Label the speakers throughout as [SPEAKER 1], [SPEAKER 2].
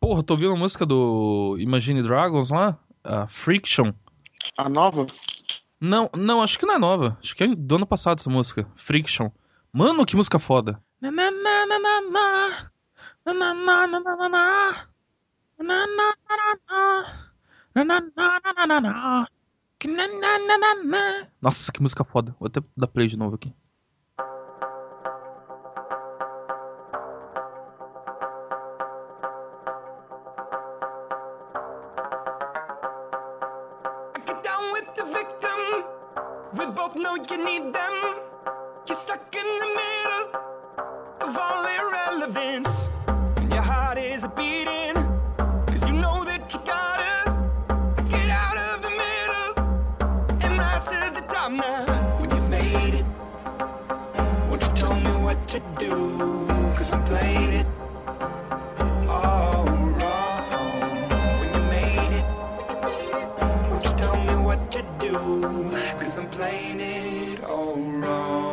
[SPEAKER 1] Porra, tô ouvindo a música do Imagine Dragons lá, a Friction.
[SPEAKER 2] A nova?
[SPEAKER 1] Não, não, acho que não é nova. Acho que é do ano passado essa música, Friction. Mano, que música foda. Na, na, na, na, na, na. Na, na, na, na, na, na, na. Na, na, na, na, na. Na, na, na, na, na, na. Que na, na, na, na, na. Nossa, que música foda. Vou até dar play de novo aqui.
[SPEAKER 3] Get down with the victim. We both know you need them. You're stuck in the middle of all irrelevance. And your heart is beating. Cause you know that you gotta get out of the middle and rise to the top now. When you've made it, won't you tell me what to do? Cause I'm playing it. all wrong. When you made it, won't you tell me what to do? Cause I'm playing it all wrong.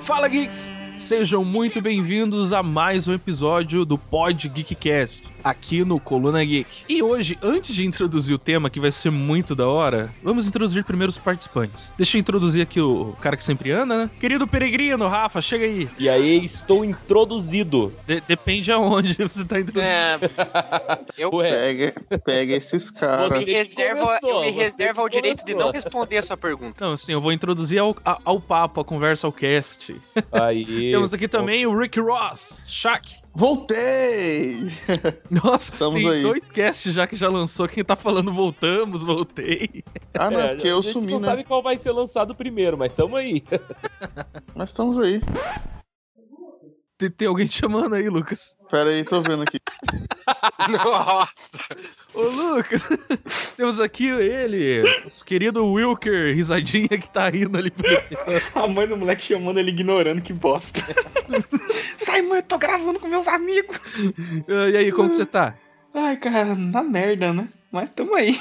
[SPEAKER 1] Fala Geeks! Sejam muito bem-vindos a mais um episódio do Pod Geekcast, aqui no Coluna Geek. E hoje, antes de introduzir o tema, que vai ser muito da hora, vamos introduzir primeiro os participantes. Deixa eu introduzir aqui o cara que sempre anda, né? Querido peregrino, Rafa, chega aí.
[SPEAKER 4] E aí estou introduzido.
[SPEAKER 1] De- depende aonde você tá introduzindo.
[SPEAKER 5] É, eu,
[SPEAKER 4] Ué,
[SPEAKER 2] Pega, pega esses
[SPEAKER 5] me
[SPEAKER 2] caras.
[SPEAKER 4] É. Você que
[SPEAKER 5] reservo,
[SPEAKER 4] começou,
[SPEAKER 5] eu me
[SPEAKER 4] você
[SPEAKER 5] reservo
[SPEAKER 4] que
[SPEAKER 5] ao direito de
[SPEAKER 4] começou.
[SPEAKER 5] não responder a sua
[SPEAKER 2] É.
[SPEAKER 5] pergunta.
[SPEAKER 1] Não, assim, eu vou introduzir ao, a- ao papo, a conversa, ao cast.
[SPEAKER 4] aí.
[SPEAKER 1] Temos aqui também o Rick Ross, Shaq.
[SPEAKER 2] Voltei!
[SPEAKER 1] Nossa,
[SPEAKER 2] Estamos
[SPEAKER 1] tem
[SPEAKER 2] aí.
[SPEAKER 1] dois casts já que já lançou. Quem tá falando voltamos, voltei.
[SPEAKER 2] Ah, não,
[SPEAKER 4] É,
[SPEAKER 2] é porque eu
[SPEAKER 4] a gente
[SPEAKER 2] sumi,
[SPEAKER 4] não
[SPEAKER 2] né?
[SPEAKER 4] sabe qual vai ser lançado primeiro, mas tamo aí.
[SPEAKER 2] Mas estamos aí.
[SPEAKER 1] Tem, tem alguém te chamando aí, Lucas.
[SPEAKER 2] Pera aí, tô vendo aqui.
[SPEAKER 5] Nossa!
[SPEAKER 1] Ô, Lucas, temos aqui ele, nosso querido Wilker, risadinha que tá rindo ali.
[SPEAKER 6] A mãe do moleque chamando ele ignorando, que bosta. Sai, mãe, eu tô gravando com meus amigos.
[SPEAKER 1] Ah, E aí, como que você tá?
[SPEAKER 6] Ai, cara, na merda, né? Mas tamo aí.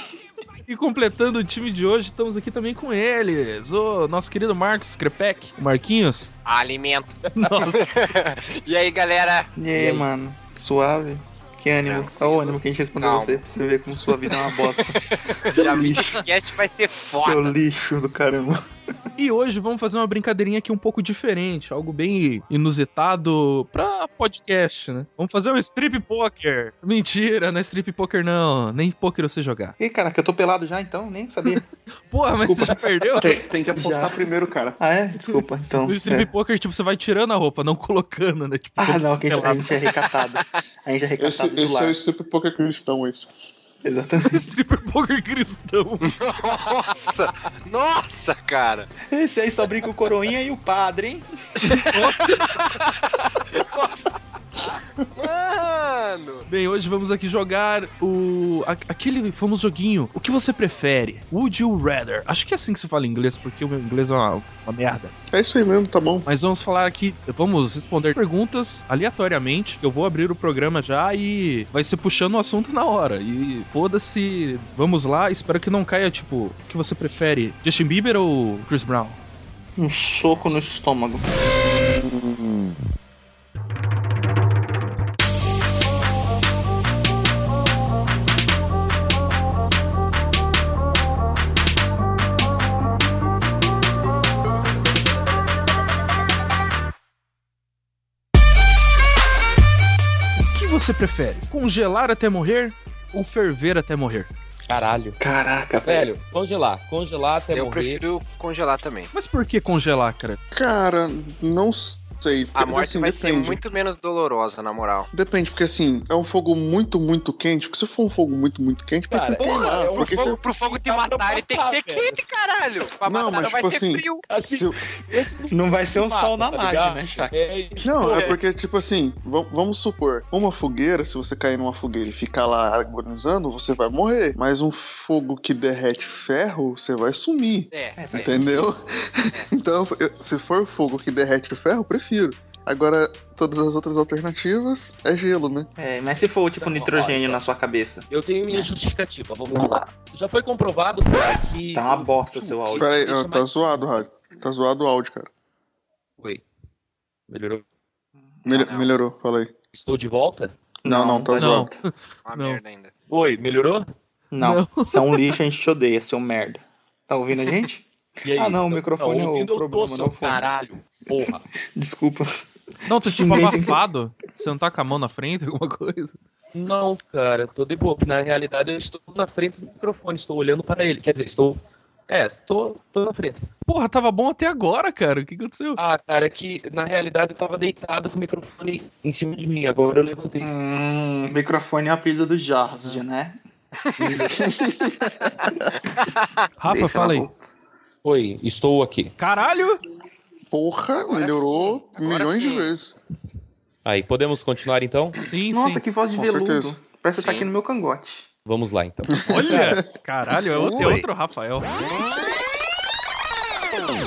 [SPEAKER 1] E completando o time de hoje, estamos aqui também com eles, o nosso querido Marcos Krepek, o Marquinhos.
[SPEAKER 5] Alimento.
[SPEAKER 1] Nossa,
[SPEAKER 5] E aí, galera?
[SPEAKER 6] E aí, mano? Suave? Que ânimo? Qual o ânimo que a gente respondeu
[SPEAKER 5] Calma.
[SPEAKER 6] você? Pra você ver como sua vida é uma bosta.
[SPEAKER 5] Já vi que esse cast vai ser foda.
[SPEAKER 6] Seu lixo do caramba.
[SPEAKER 1] e hoje vamos fazer uma brincadeirinha aqui um pouco diferente, algo bem inusitado pra podcast, né? Vamos fazer um strip poker. Mentira, não é strip poker não, nem poker eu sei jogar.
[SPEAKER 6] Ih, caraca, eu tô pelado já então, nem sabia.
[SPEAKER 1] Porra, mas você já perdeu?
[SPEAKER 7] Tem, tem que apostar
[SPEAKER 6] Já.
[SPEAKER 7] primeiro, cara.
[SPEAKER 6] Ah, é? Desculpa, então.
[SPEAKER 1] No strip
[SPEAKER 6] é.
[SPEAKER 1] poker, tipo, você vai tirando a roupa, não colocando, né? Tipo,
[SPEAKER 6] Ah,
[SPEAKER 1] como
[SPEAKER 6] não,
[SPEAKER 1] se
[SPEAKER 6] que a gente, a
[SPEAKER 1] pelava.
[SPEAKER 6] gente é recatado. A gente
[SPEAKER 2] Esse,
[SPEAKER 6] é recatado do
[SPEAKER 2] esse é
[SPEAKER 6] lar.
[SPEAKER 2] o super poker cristão, esse.
[SPEAKER 6] Exatamente.
[SPEAKER 1] Stripper poker cristão.
[SPEAKER 5] Nossa! Nossa, cara!
[SPEAKER 6] Esse aí só brinca o coroinha e o padre, hein?
[SPEAKER 5] Mano!
[SPEAKER 1] Bem, hoje vamos aqui jogar o. a- aquele famoso joguinho. O que você prefere? Would you rather? Acho que é assim que se fala em inglês, porque o meu inglês é uma, uma merda.
[SPEAKER 2] É isso aí mesmo, tá bom.
[SPEAKER 1] Mas vamos falar aqui. Vamos responder perguntas aleatoriamente. Que eu vou abrir o programa já e vai ser puxando o assunto na hora. E foda-se. Vamos lá. Espero que não caia, tipo, o que você prefere? Justin Bieber ou Chris Brown?
[SPEAKER 6] Um soco no estômago.
[SPEAKER 1] O que você prefere? Congelar até morrer ou ferver até morrer?
[SPEAKER 4] Caralho.
[SPEAKER 6] Caraca, velho.
[SPEAKER 4] Velho, congelar. Congelar até
[SPEAKER 5] Eu
[SPEAKER 4] morrer.
[SPEAKER 5] prefiro congelar também.
[SPEAKER 1] Mas por que congelar, cara?
[SPEAKER 2] Cara, não sei.
[SPEAKER 5] A morte
[SPEAKER 2] Assim,
[SPEAKER 5] vai ser
[SPEAKER 2] depende.
[SPEAKER 5] muito menos dolorosa, na moral.
[SPEAKER 2] Depende, porque assim, é um fogo muito, muito quente. Porque se for um fogo muito, muito quente, pode
[SPEAKER 4] Cara,
[SPEAKER 2] me queimar.
[SPEAKER 4] é um
[SPEAKER 5] Pro
[SPEAKER 2] porque
[SPEAKER 5] fogo, pro fogo te
[SPEAKER 6] Tá
[SPEAKER 4] Dá pra
[SPEAKER 5] matar, ele tem que
[SPEAKER 4] matar,
[SPEAKER 5] ser
[SPEAKER 4] velho.
[SPEAKER 5] quente, caralho! Pra
[SPEAKER 2] Não,
[SPEAKER 5] matar
[SPEAKER 2] mas,
[SPEAKER 5] vai
[SPEAKER 2] tipo
[SPEAKER 5] ser
[SPEAKER 2] assim,
[SPEAKER 5] frio.
[SPEAKER 2] se,
[SPEAKER 4] Assim,
[SPEAKER 2] se,
[SPEAKER 4] esse não
[SPEAKER 6] Não vai ser um
[SPEAKER 4] mata,
[SPEAKER 6] sol na
[SPEAKER 4] tá
[SPEAKER 6] margem,
[SPEAKER 4] ligado?
[SPEAKER 6] né, Chaka?
[SPEAKER 4] É, isso.
[SPEAKER 2] Não, é porque, tipo assim, va- vamos supor, uma fogueira, se você cair numa fogueira e ficar lá agonizando, você vai morrer. Mas um fogo que derrete ferro, você vai sumir.
[SPEAKER 5] É, é.
[SPEAKER 2] Entendeu? Então, eu- se for fogo que derrete o ferro, eu prefiro. Agora, todas as outras alternativas é gelo, né?
[SPEAKER 6] É, mas se for tipo
[SPEAKER 4] Não,
[SPEAKER 6] nitrogênio
[SPEAKER 4] olha.
[SPEAKER 6] na sua cabeça.
[SPEAKER 7] Eu tenho minha justificativa, vamos lá. Já foi comprovado, cara, que.
[SPEAKER 6] Tá uma bosta seu áudio.
[SPEAKER 2] Peraí,
[SPEAKER 7] Deixa
[SPEAKER 2] ó, tá
[SPEAKER 7] mais-
[SPEAKER 2] zoado, Rádio. Tá zoado o áudio, cara.
[SPEAKER 7] Oi. Melhorou?
[SPEAKER 2] Mel-
[SPEAKER 5] Ah, não.
[SPEAKER 2] melhorou, fala aí.
[SPEAKER 7] Estou de volta?
[SPEAKER 2] Não, não, tá
[SPEAKER 1] Não.
[SPEAKER 2] zoado.
[SPEAKER 5] Uma
[SPEAKER 1] Não.
[SPEAKER 5] merda ainda.
[SPEAKER 7] Oi, melhorou?
[SPEAKER 6] Não, você é um lixo, a gente te odeia, seu merda. Tá ouvindo a gente?
[SPEAKER 7] E aí? Então,
[SPEAKER 6] Ah, não, o microfone é o
[SPEAKER 7] ouvindo eu tô,
[SPEAKER 6] problema,
[SPEAKER 7] seu
[SPEAKER 6] não o fone.
[SPEAKER 7] caralho. Porra.
[SPEAKER 6] Desculpa.
[SPEAKER 1] Não, tu tipo
[SPEAKER 6] Ninguém se-
[SPEAKER 1] abafado, sentar com a mão na frente, alguma coisa.
[SPEAKER 7] Não, cara, eu tô de boa. porque Na realidade, eu estou na frente do microfone, estou olhando para ele. Quer dizer, estou. É, tô, tô na frente.
[SPEAKER 1] Porra, tava bom até agora, cara. O que aconteceu?
[SPEAKER 7] Ah, cara, é que na realidade eu tava deitado com o microfone em cima de mim. Agora eu levantei.
[SPEAKER 6] Hum, microfone é o apelido do Jorge, né?
[SPEAKER 1] Rafa, fala aí.
[SPEAKER 4] Oi, estou aqui.
[SPEAKER 1] Caralho!
[SPEAKER 2] Porra, melhorou
[SPEAKER 5] sim, agora
[SPEAKER 2] milhões
[SPEAKER 5] sim.
[SPEAKER 2] de vezes.
[SPEAKER 4] Aí, podemos continuar então?
[SPEAKER 1] Sim,
[SPEAKER 6] Nossa,
[SPEAKER 1] sim.
[SPEAKER 6] que voz de
[SPEAKER 2] Com
[SPEAKER 6] veludo.
[SPEAKER 2] certeza.
[SPEAKER 6] Parece que tá
[SPEAKER 5] Sim.
[SPEAKER 6] aqui no meu cangote.
[SPEAKER 4] Vamos lá então.
[SPEAKER 1] Olha! Caralho, é outro, é
[SPEAKER 5] Ui.
[SPEAKER 1] outro Rafael.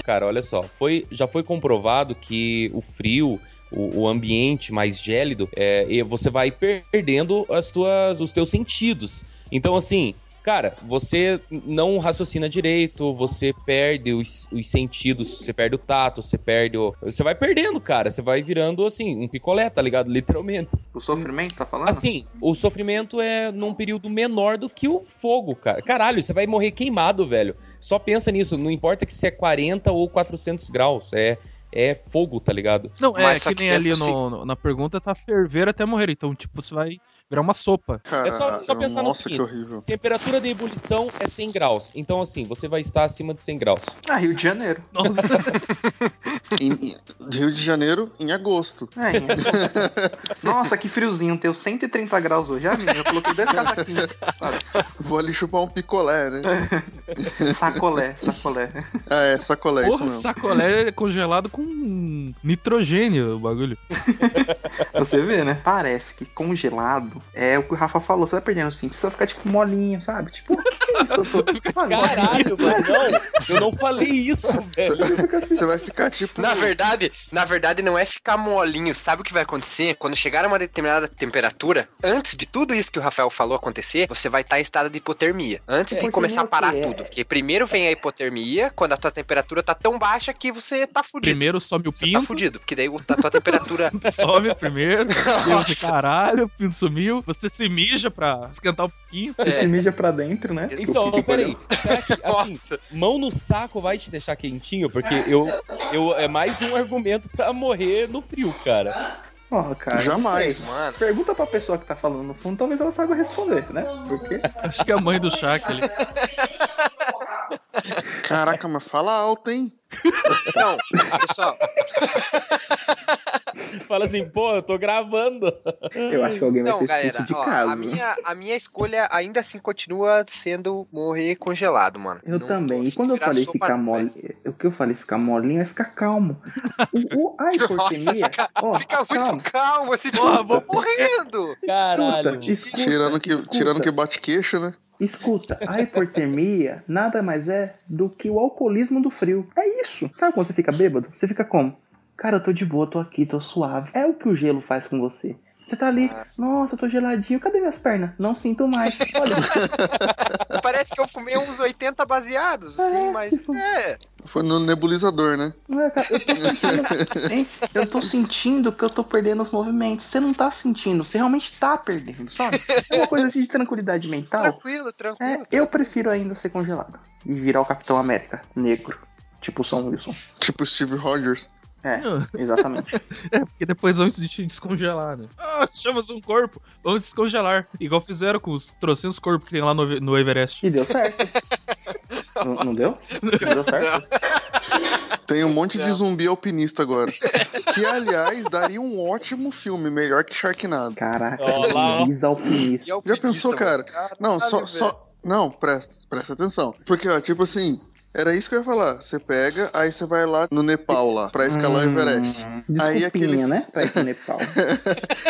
[SPEAKER 4] Cara, olha só, foi, já foi comprovado que o frio, o, o ambiente mais gélido, é, e você vai perdendo as tuas, os teus sentidos. Então, assim, cara, você não raciocina direito, você perde os, os sentidos, você perde o tato, você perde o. Você vai perdendo, cara. Você vai virando, assim, um picolé, tá ligado? Literalmente.
[SPEAKER 6] O sofrimento, tá falando?
[SPEAKER 4] Assim, o sofrimento é num período menor do que o fogo, cara. Caralho, você vai morrer queimado, velho. Só pensa nisso, não importa que se é 40 ou 400 graus, é é fogo, tá ligado?
[SPEAKER 1] Não, é
[SPEAKER 5] Mas só
[SPEAKER 1] que
[SPEAKER 5] que
[SPEAKER 1] nem
[SPEAKER 5] pensa
[SPEAKER 1] ali
[SPEAKER 5] assim-
[SPEAKER 1] no- no- na pergunta tá ferver até morrer. Então, tipo, você vai virar uma sopa.
[SPEAKER 2] Cara,
[SPEAKER 4] É só- só pensar no
[SPEAKER 2] nossa, que
[SPEAKER 4] seguinte.
[SPEAKER 2] horrível.
[SPEAKER 4] Temperatura de ebulição é 100 graus. Então, assim, você vai estar acima de 100 graus.
[SPEAKER 6] Ah, Rio de Janeiro.
[SPEAKER 1] Nossa.
[SPEAKER 2] Em- em- Rio de Janeiro, em agosto.
[SPEAKER 6] É, hein? Nossa, que friozinho. Teu 130 graus hoje. Ah, menina, eu coloquei dois casaquinhos. Sabe?
[SPEAKER 2] Vou ali chupar um picolé, né?
[SPEAKER 6] Sacolé, sacolé.
[SPEAKER 2] Ah, é, sacolé, isso
[SPEAKER 1] Porra,
[SPEAKER 2] mesmo.
[SPEAKER 1] sacolé congelado com nitrogênio, o bagulho.
[SPEAKER 6] Você vê, né? Parece que congelado é o que o Rafa falou. Você vai perdendo assim, você vai ficar tipo molinho, sabe? Tipo, o que é isso? Eu tô...
[SPEAKER 4] Caralho, mano, não, eu não falei isso, velho.
[SPEAKER 2] Você vai ficar tipo.
[SPEAKER 5] Na verdade, na verdade não é ficar molinho. Sabe o que vai acontecer? Quando chegar a uma determinada temperatura, antes de tudo isso que o Rafael falou acontecer, você vai estar em estado de hipotermia. Antes de
[SPEAKER 6] Hipotermia
[SPEAKER 5] começar a parar
[SPEAKER 6] o quê?
[SPEAKER 5] tudo. Porque primeiro vem a hipotermia, quando a tua temperatura tá tão baixa que você tá fudido.
[SPEAKER 1] Primeiro some o
[SPEAKER 5] Você tá
[SPEAKER 1] pinto,
[SPEAKER 5] fudido, porque daí o- a tua temperatura.
[SPEAKER 1] some primeiro. Deus,
[SPEAKER 5] Nossa.
[SPEAKER 1] caralho, o pinto sumiu. Você se mija pra esquentar um o pinto.
[SPEAKER 6] Você
[SPEAKER 5] É,
[SPEAKER 6] mija pra dentro, né?
[SPEAKER 4] Então,
[SPEAKER 6] Que
[SPEAKER 4] peraí. Será que, assim,
[SPEAKER 5] nossa.
[SPEAKER 4] mão no saco vai te deixar quentinho? Porque eu, eu é mais um argumento pra morrer no frio, cara.
[SPEAKER 6] Ó, cara.
[SPEAKER 2] Jamais.
[SPEAKER 6] não
[SPEAKER 5] Mano.
[SPEAKER 6] sei. Pergunta pra pessoa que tá falando no fundo, talvez ela saiba responder, né? Porque.
[SPEAKER 1] Acho que é a mãe do Shaq ali.
[SPEAKER 2] Caraca, mas fala alto, hein?
[SPEAKER 5] Não, pessoal,
[SPEAKER 4] Fala assim, pô, eu tô gravando.
[SPEAKER 6] Eu acho que alguém vai
[SPEAKER 5] então,
[SPEAKER 6] ser né? expulso
[SPEAKER 5] galera,
[SPEAKER 6] de
[SPEAKER 5] ó,
[SPEAKER 6] casa.
[SPEAKER 5] a, minha, a minha escolha ainda assim continua sendo morrer congelado, mano.
[SPEAKER 6] Eu
[SPEAKER 5] Não tô
[SPEAKER 6] também. E
[SPEAKER 5] afim de
[SPEAKER 6] quando eu
[SPEAKER 5] virar
[SPEAKER 6] falei
[SPEAKER 5] sopa,
[SPEAKER 6] ficar
[SPEAKER 5] não,
[SPEAKER 6] mole,
[SPEAKER 5] velho.
[SPEAKER 6] o que eu falei ficar molinho é ficar calmo. O, o, a hipotermia,
[SPEAKER 5] fica-
[SPEAKER 6] ó,
[SPEAKER 5] Fica muito
[SPEAKER 6] calma.
[SPEAKER 5] calmo esse tipo, vou morrendo.
[SPEAKER 4] Caralho.
[SPEAKER 6] Escuta, escuta,
[SPEAKER 2] Tirando que,
[SPEAKER 6] escuta,
[SPEAKER 2] tirando que bate queixo, né?
[SPEAKER 6] Escuta, a hipotermia nada mais é do que o alcoolismo do frio. É isso. Sabe quando você fica bêbado? Você fica como? Cara, eu tô de boa, tô aqui, tô suave. É o que o gelo faz com você. Você tá ali,
[SPEAKER 5] Ah.
[SPEAKER 6] nossa, eu tô geladinho, cadê minhas pernas? Não sinto mais. Olha,
[SPEAKER 5] Parece que eu fumei uns 80 baseados, assim, mas. É.
[SPEAKER 2] Foi no nebulizador, né?
[SPEAKER 6] Ué, é, cara, eu tô sentindo. Hein? Eu tô sentindo que eu tô perdendo os movimentos. Você não tá sentindo, você realmente tá perdendo, sabe? É Uma coisa assim de tranquilidade mental.
[SPEAKER 5] Tranquilo, tranquilo.
[SPEAKER 6] É, eu prefiro ainda ser congelado e virar o Capitão América negro. Tipo o Sam Wilson.
[SPEAKER 2] Tipo Steve Rogers.
[SPEAKER 6] É, exatamente.
[SPEAKER 1] É, porque depois vamos te descongelar, né? Ah, chamas um corpo, vamos descongelar. Igual fizeram com os trocentos corpos que tem lá no, no Everest.
[SPEAKER 6] E deu certo. Não, não deu? Não deu certo?
[SPEAKER 2] Tem um monte de zumbi alpinista agora. Que, aliás, daria um ótimo filme, melhor que Sharknado.
[SPEAKER 6] Caraca,
[SPEAKER 4] Ó, lá, ó.
[SPEAKER 6] diz alpinista.
[SPEAKER 5] eu...
[SPEAKER 2] Já pensou, cara? Não, só, só. Não, presta, presta atenção. Porque, ó, tipo assim, era isso que eu ia falar. Você pega, aí você vai lá no Nepal lá, pra escalar o Everest. Aí
[SPEAKER 6] Desculpinha,
[SPEAKER 2] aqueles-
[SPEAKER 6] né? Pra ir pro Nepal.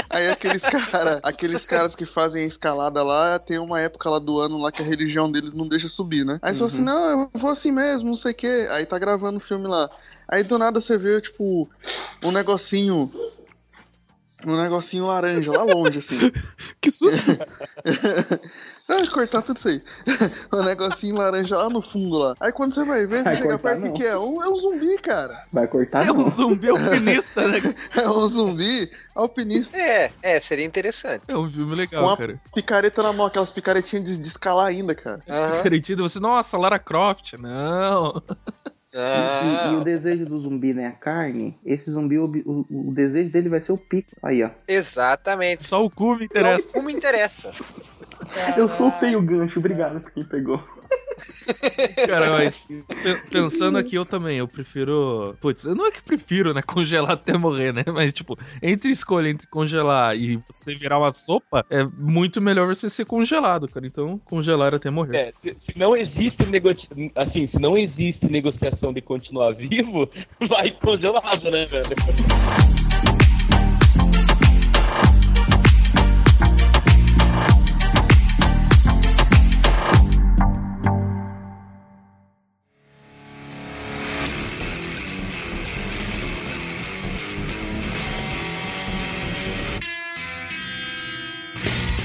[SPEAKER 2] Aí aqueles cara, aqueles caras que fazem a escalada lá, tem uma época lá do ano lá que a religião deles não deixa subir, né? Aí você fala assim, não, eu vou assim mesmo, não sei o quê. Aí tá gravando o filme lá. Aí do nada você vê, tipo, um negocinho Um negocinho laranja lá longe, assim.
[SPEAKER 1] Que susto!
[SPEAKER 2] ah, cortar tudo isso aí. um negocinho laranja lá no fundo lá. Aí quando você vai ver, você
[SPEAKER 6] Vai
[SPEAKER 2] chega
[SPEAKER 6] cortar,
[SPEAKER 2] perto, o
[SPEAKER 6] não.
[SPEAKER 2] que, que é? Um, é um zumbi, cara.
[SPEAKER 6] Vai cortar
[SPEAKER 1] É
[SPEAKER 6] não.
[SPEAKER 1] um zumbi alpinista, né?
[SPEAKER 2] É um zumbi alpinista.
[SPEAKER 5] É, é, seria interessante.
[SPEAKER 1] É um filme legal,
[SPEAKER 2] Com a
[SPEAKER 1] cara.
[SPEAKER 2] picareta na mão, aquelas picaretinhas de, de escalar ainda, cara.
[SPEAKER 5] Aham.
[SPEAKER 1] Garantido, você, nossa, Lara Croft. Não.
[SPEAKER 5] Ah,
[SPEAKER 6] E, e o desejo do zumbi, né? A carne. Esse zumbi, o, o- o desejo dele vai ser o pico. Aí, ó.
[SPEAKER 5] exatamente. Só
[SPEAKER 1] Só o cu me interessa.
[SPEAKER 5] como interessa.
[SPEAKER 6] Eu soltei o gancho, obrigado pra quem pegou.
[SPEAKER 1] Cara, mas pe- pensando aqui, eu também, eu prefiro. Putz, eu não é que prefiro, né? Congelar até morrer, né? Mas, tipo, entre escolha entre congelar e você virar uma sopa, é muito melhor você ser congelado, cara. Então, congelar até morrer.
[SPEAKER 7] É, se, se não existe nego... assim, se não existe negociação de continuar vivo, vai congelado, né, velho?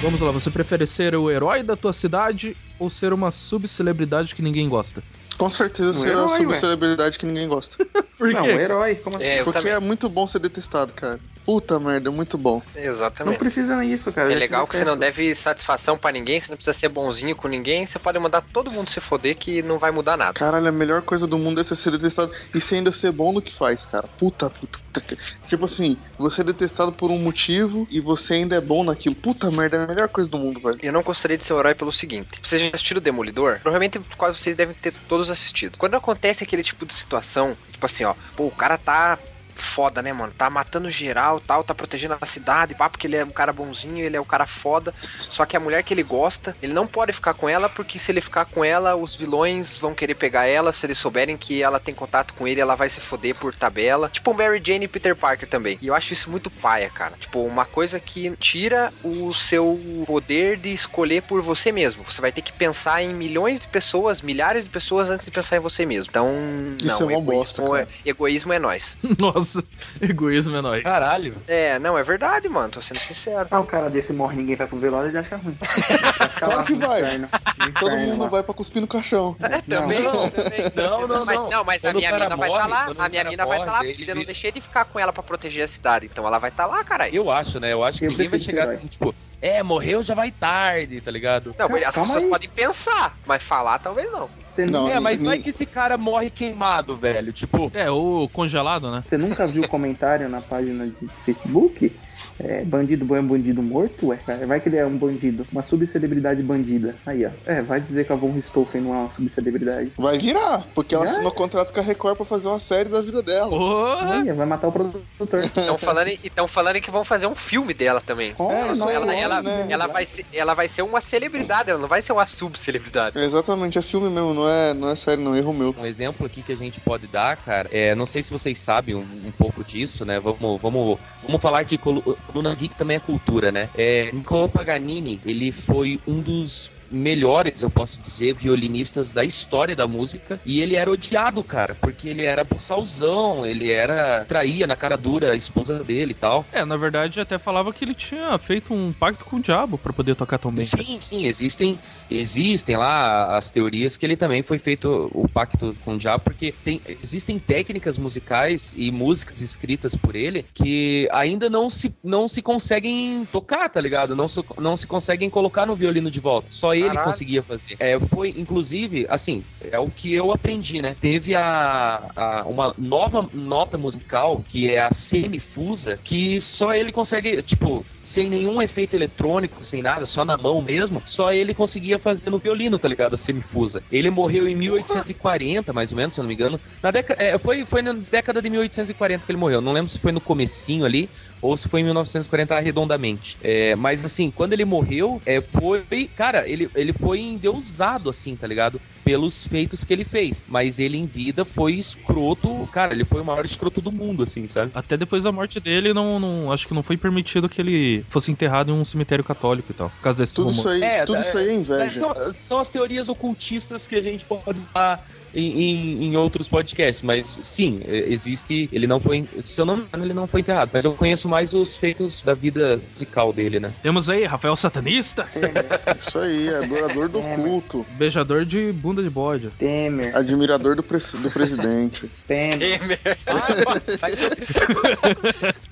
[SPEAKER 1] Vamos lá, você prefere ser o herói da tua cidade ou ser uma subcelebridade que ninguém gosta?
[SPEAKER 2] Com certeza
[SPEAKER 6] Um
[SPEAKER 2] será
[SPEAKER 6] herói,
[SPEAKER 2] uma
[SPEAKER 6] ué.
[SPEAKER 2] celebridade que ninguém gosta.
[SPEAKER 1] Por
[SPEAKER 6] Não,
[SPEAKER 1] quê?
[SPEAKER 6] herói, como assim?
[SPEAKER 5] É, eu
[SPEAKER 2] Porque
[SPEAKER 5] também.
[SPEAKER 2] é muito bom ser detestado, cara. Puta merda, é muito bom.
[SPEAKER 6] Não
[SPEAKER 5] Exatamente.
[SPEAKER 6] precisa isso, cara.
[SPEAKER 5] É legal que você não deve satisfação pra ninguém, você não precisa ser bonzinho com ninguém, você pode mandar todo mundo se foder que não vai mudar nada.
[SPEAKER 2] Caralho, a melhor coisa do mundo é você ser detestado e você ainda ser bom no que faz, cara. Puta, puta, puta. que- Tipo assim, você é detestado por um motivo e você ainda é bom naquilo. Puta merda, é a melhor coisa do mundo, velho.
[SPEAKER 5] Eu não gostaria de ser um herói pelo seguinte: vocês já assistiram Demolidor? Provavelmente quase vocês devem ter todos assistido. Quando acontece aquele tipo de situação, tipo assim, ó, pô, o cara tá foda, né, mano? Tá matando geral, tal, tá protegendo a cidade, pá, porque ele é um cara bonzinho, ele é um cara foda. Só que a mulher que ele gosta, ele não pode ficar com ela, porque se ele ficar com ela, os vilões vão querer pegar ela. Se eles souberem que ela tem contato com ele, ela vai se foder por tabela. Tipo Mary Jane e Peter Parker também. E eu acho isso muito paia, cara. Tipo, uma coisa que tira o seu poder de escolher por você mesmo. Você vai ter que pensar em milhões de pessoas, milhares de pessoas antes de pensar em você mesmo. Então,
[SPEAKER 2] Isso
[SPEAKER 5] não,
[SPEAKER 2] é uma bosta,
[SPEAKER 5] é, egoísmo é nós.
[SPEAKER 1] Nossa, egoísmo é nóis.
[SPEAKER 7] Caralho.
[SPEAKER 5] É, não, é verdade, mano. Tô sendo sincero.
[SPEAKER 6] Ah, um cara desse morre, ninguém vai pro velório, ele acha ruim.
[SPEAKER 2] Claro que vai. Todo mundo vai pra cuspir no caixão.
[SPEAKER 5] É, também.
[SPEAKER 7] Não, também- não, não,
[SPEAKER 5] mas,
[SPEAKER 7] não.
[SPEAKER 5] não, mas a
[SPEAKER 7] Quando
[SPEAKER 5] minha
[SPEAKER 7] o cara
[SPEAKER 5] mina vai
[SPEAKER 7] morre,
[SPEAKER 5] estar lá,
[SPEAKER 7] quando
[SPEAKER 5] a
[SPEAKER 7] o
[SPEAKER 5] minha
[SPEAKER 7] cara
[SPEAKER 5] mina vai estar lá,
[SPEAKER 7] morre,
[SPEAKER 5] porque eu
[SPEAKER 7] ele-
[SPEAKER 5] não deixei de ficar com ela pra proteger a cidade, então ela vai estar lá, caralho.
[SPEAKER 7] Eu acho, né? Eu acho que
[SPEAKER 6] Eu
[SPEAKER 7] ninguém vai
[SPEAKER 6] prefiro
[SPEAKER 7] chegar
[SPEAKER 6] herói.
[SPEAKER 7] assim, tipo, é, morreu já vai tarde, tá ligado?
[SPEAKER 5] Não, as
[SPEAKER 6] calma
[SPEAKER 5] pessoas
[SPEAKER 6] aí.
[SPEAKER 5] podem pensar, mas falar talvez não.
[SPEAKER 6] Você
[SPEAKER 2] Não,
[SPEAKER 6] nunca,
[SPEAKER 7] É, mas
[SPEAKER 2] nem-
[SPEAKER 7] não é que esse cara morre queimado, velho. Tipo,
[SPEAKER 1] É, ou congelado, né?
[SPEAKER 6] você nunca viu comentário na página de Facebook? É, bandido bom é um bandido morto? Ué, cara, vai que ele é um bandido. Uma subcelebridade bandida. Aí, ó. É, vai dizer que a Von Richthofen não é uma subcelebridade.
[SPEAKER 2] Vai virar, porque ela
[SPEAKER 6] Já
[SPEAKER 2] assinou contrato com a Record pra fazer uma série da vida dela.
[SPEAKER 1] Porra!
[SPEAKER 6] Olha, vai matar o produtor.
[SPEAKER 2] É,
[SPEAKER 5] Estão falando, em- e tão falando que vão fazer um filme dela também.
[SPEAKER 6] Olha,
[SPEAKER 2] isso
[SPEAKER 6] nossa,
[SPEAKER 2] aí,
[SPEAKER 5] Ela, ela,
[SPEAKER 2] né?
[SPEAKER 5] ela, vai ser, ela vai ser uma celebridade, ela não vai ser uma subcelebridade.
[SPEAKER 2] É, exatamente, é filme mesmo, não é, não é série, não. Erro meu.
[SPEAKER 7] um exemplo aqui que a gente pode dar, cara, é, não sei se vocês sabem um, um pouco disso, né? Vamos, vamos, vamos falar que colu- Coluna Geek também é cultura, né? É, Niccolo Paganini, ele foi um dos melhores, eu posso dizer, violinistas da história da música, e ele era odiado, cara, porque ele era possalzão, ele era traía na cara dura a esposa dele e tal.
[SPEAKER 1] É, na verdade até falava que ele tinha feito um pacto com o diabo pra poder tocar tão bem.
[SPEAKER 7] Sim, sim, existem, existem lá as teorias que ele também foi feito o pacto com o diabo, porque tem, existem técnicas musicais e músicas escritas por ele que ainda não se, não se conseguem tocar, tá ligado? Não se, não se conseguem colocar no violino de volta. Só ele
[SPEAKER 5] Caralho.
[SPEAKER 7] conseguia fazer. É, foi, inclusive, assim, é o que eu aprendi, né? Teve a, a- uma nova nota musical, que é a semifusa, que só ele consegue, tipo, sem nenhum efeito eletrônico, sem nada, só na mão mesmo, só ele conseguia fazer no violino, tá ligado? A semifusa. Ele morreu em 1840, mais ou menos, se eu não me engano. Na década, é, foi, foi na década de 1840 que ele morreu. Não lembro se foi no comecinho ali, ou se foi em 1940 arredondamente. É, mas assim, quando ele morreu, é, foi. Cara, ele, ele foi endeusado, assim, tá ligado? Pelos feitos que ele fez. Mas ele em vida foi escroto. Cara, ele foi o maior escroto do mundo, assim, sabe?
[SPEAKER 1] Até depois da morte dele, não, não- acho que não foi permitido que ele fosse enterrado em um cemitério católico e tal. Por causa desse
[SPEAKER 2] Tudo
[SPEAKER 1] rumor.
[SPEAKER 2] isso aí,
[SPEAKER 7] É,
[SPEAKER 2] tudo
[SPEAKER 7] é,
[SPEAKER 2] isso aí é
[SPEAKER 7] Mas
[SPEAKER 2] inveja.
[SPEAKER 7] São, são as teorias ocultistas que a gente pode dar em, em outros podcasts, mas sim, é, existe. Ele não foi. Se eu não me engano, ele não foi enterrado. Mas eu conheço mais os feitos da vida musical dele, né?
[SPEAKER 1] Temos aí Rafael Satanista,
[SPEAKER 2] Isso aí, adorador do
[SPEAKER 6] É, mas-
[SPEAKER 2] culto,
[SPEAKER 1] beijador de bunda de bode.
[SPEAKER 6] Temer,
[SPEAKER 2] admirador do, pre- do presidente.
[SPEAKER 6] Temer.
[SPEAKER 5] Temer.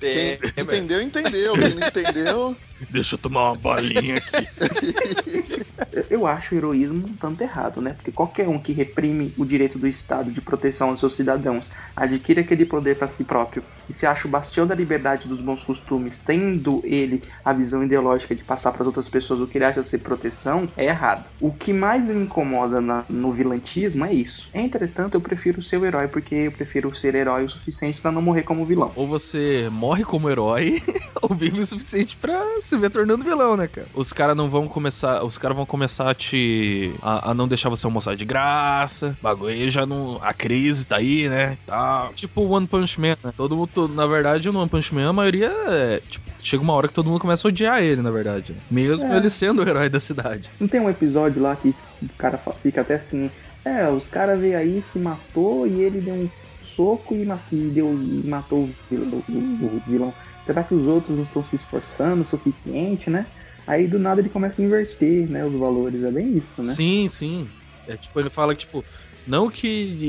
[SPEAKER 2] Quem
[SPEAKER 5] Temer.
[SPEAKER 2] entendeu, entendeu. Quem não entendeu,
[SPEAKER 1] Deixa eu tomar uma balinha aqui.
[SPEAKER 6] Eu- Eu acho o heroísmo um tanto errado, né? Porque qualquer um que reprime o direito do Estado de proteção aos seus cidadãos, adquire aquele poder para si próprio e se acha o bastião da liberdade e dos bons costumes, tendo ele a visão ideológica de passar para as outras pessoas o que ele acha ser proteção, é errado. O que mais me incomoda na- no vilantismo é isso. Entretanto, eu prefiro ser o herói porque eu prefiro ser herói o suficiente para não morrer como vilão.
[SPEAKER 1] Ou você morre como herói, ou vive o suficiente pra se ver tornando vilão, né, cara? Os caras não vão começar. Os caras vão começar a te. A, a não deixar você almoçar de graça. Bagulho aí já não. A crise tá aí, né? Tá. Tipo One Punch Man, né? Todo mundo. todo- na verdade, no One Punch Man, a maioria é. Tipo, chega uma hora que todo mundo começa a odiar ele, na verdade. né? Mesmo
[SPEAKER 6] É.
[SPEAKER 1] ele sendo o herói da cidade.
[SPEAKER 6] Não tem um episódio lá que o cara fa- fica até assim, é, os caras veio aí, se matou e ele deu um soco e, ma- e deu, e matou o vilão, o vilão. Será que os outros não estão se esforçando o suficiente, né? Aí do nada ele começa a inverter, né, os valores, é bem isso, né?
[SPEAKER 1] Sim, sim. É tipo, ele fala que, tipo. Não que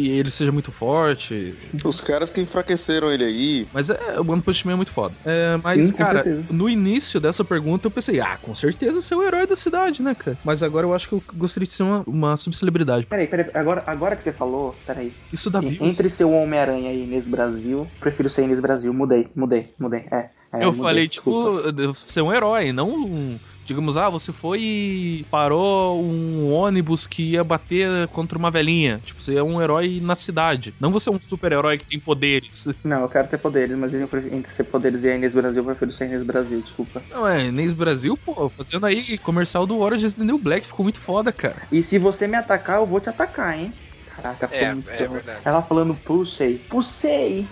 [SPEAKER 1] ele seja muito forte,
[SPEAKER 2] os caras que enfraqueceram ele aí.
[SPEAKER 1] Mas é, o One Punch Man é muito foda. É, mas,
[SPEAKER 6] Sim, com
[SPEAKER 1] cara,
[SPEAKER 6] certeza.
[SPEAKER 1] no início dessa pergunta eu pensei, ah, com certeza você é o herói da cidade, né, cara? Mas agora eu acho que eu gostaria de ser uma, uma subcelebridade.
[SPEAKER 6] Peraí, peraí, agora, agora que você falou, peraí.
[SPEAKER 1] Isso dá views.
[SPEAKER 6] Entre ser o Homem-Aranha e Inês Brasil, prefiro ser Inês Brasil, mudei, mudei, mudei, é. é,
[SPEAKER 1] eu
[SPEAKER 6] mudei,
[SPEAKER 1] falei,
[SPEAKER 6] desculpa.
[SPEAKER 1] tipo, eu- ser um herói, não um. Digamos, ah, você foi e parou um ônibus que ia bater contra uma velhinha. Tipo, você é um herói na cidade. Não você é um super-herói que tem poderes.
[SPEAKER 6] Não, eu quero ter poderes, mas eu prefiro, entre ser poderes e a Inês Brasil, eu prefiro ser Inês Brasil, desculpa.
[SPEAKER 1] Não, é, Inês Brasil, pô, fazendo aí comercial do Orange is the New Black, ficou muito foda, cara.
[SPEAKER 6] E se você me atacar, eu vou te atacar, hein? Caraca, ficou
[SPEAKER 5] É,
[SPEAKER 6] muito
[SPEAKER 5] é
[SPEAKER 7] então?
[SPEAKER 6] bom.
[SPEAKER 5] verdade.
[SPEAKER 6] Ela falando pulsei. Pulsei!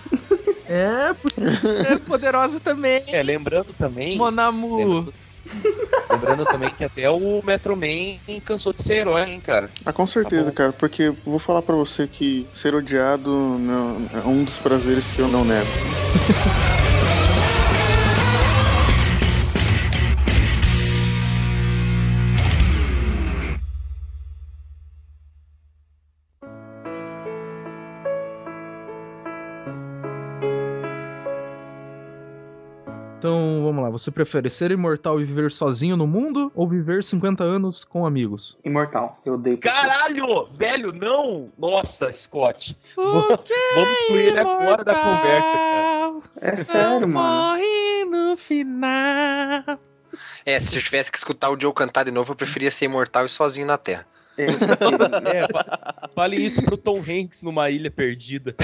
[SPEAKER 1] É, por é poderosa também.
[SPEAKER 7] É, lembrando também.
[SPEAKER 1] Monamu.
[SPEAKER 7] Lembrando, lembrando também que até o Metro Man cansou de ser herói, hein, cara.
[SPEAKER 2] Ah, com certeza,
[SPEAKER 7] Tá bom.
[SPEAKER 2] cara, porque eu vou falar pra você que ser odiado não- é um dos prazeres que eu não nego.
[SPEAKER 1] Então, vamos lá. Você prefere ser imortal e viver sozinho no mundo ou viver 50 anos com amigos?
[SPEAKER 6] Imortal, eu odeio pulsei.
[SPEAKER 7] Caralho! Velho, não! Nossa, Scott.
[SPEAKER 1] O
[SPEAKER 7] Vamos excluir ele agora da conversa, cara.
[SPEAKER 6] É sério, mano.
[SPEAKER 1] Morre no final.
[SPEAKER 5] É, se eu tivesse que escutar o Joe cantar de novo, eu preferia ser imortal e sozinho na Terra.
[SPEAKER 6] É, porque-
[SPEAKER 7] É, fa- fale isso pro Tom Hanks numa ilha perdida.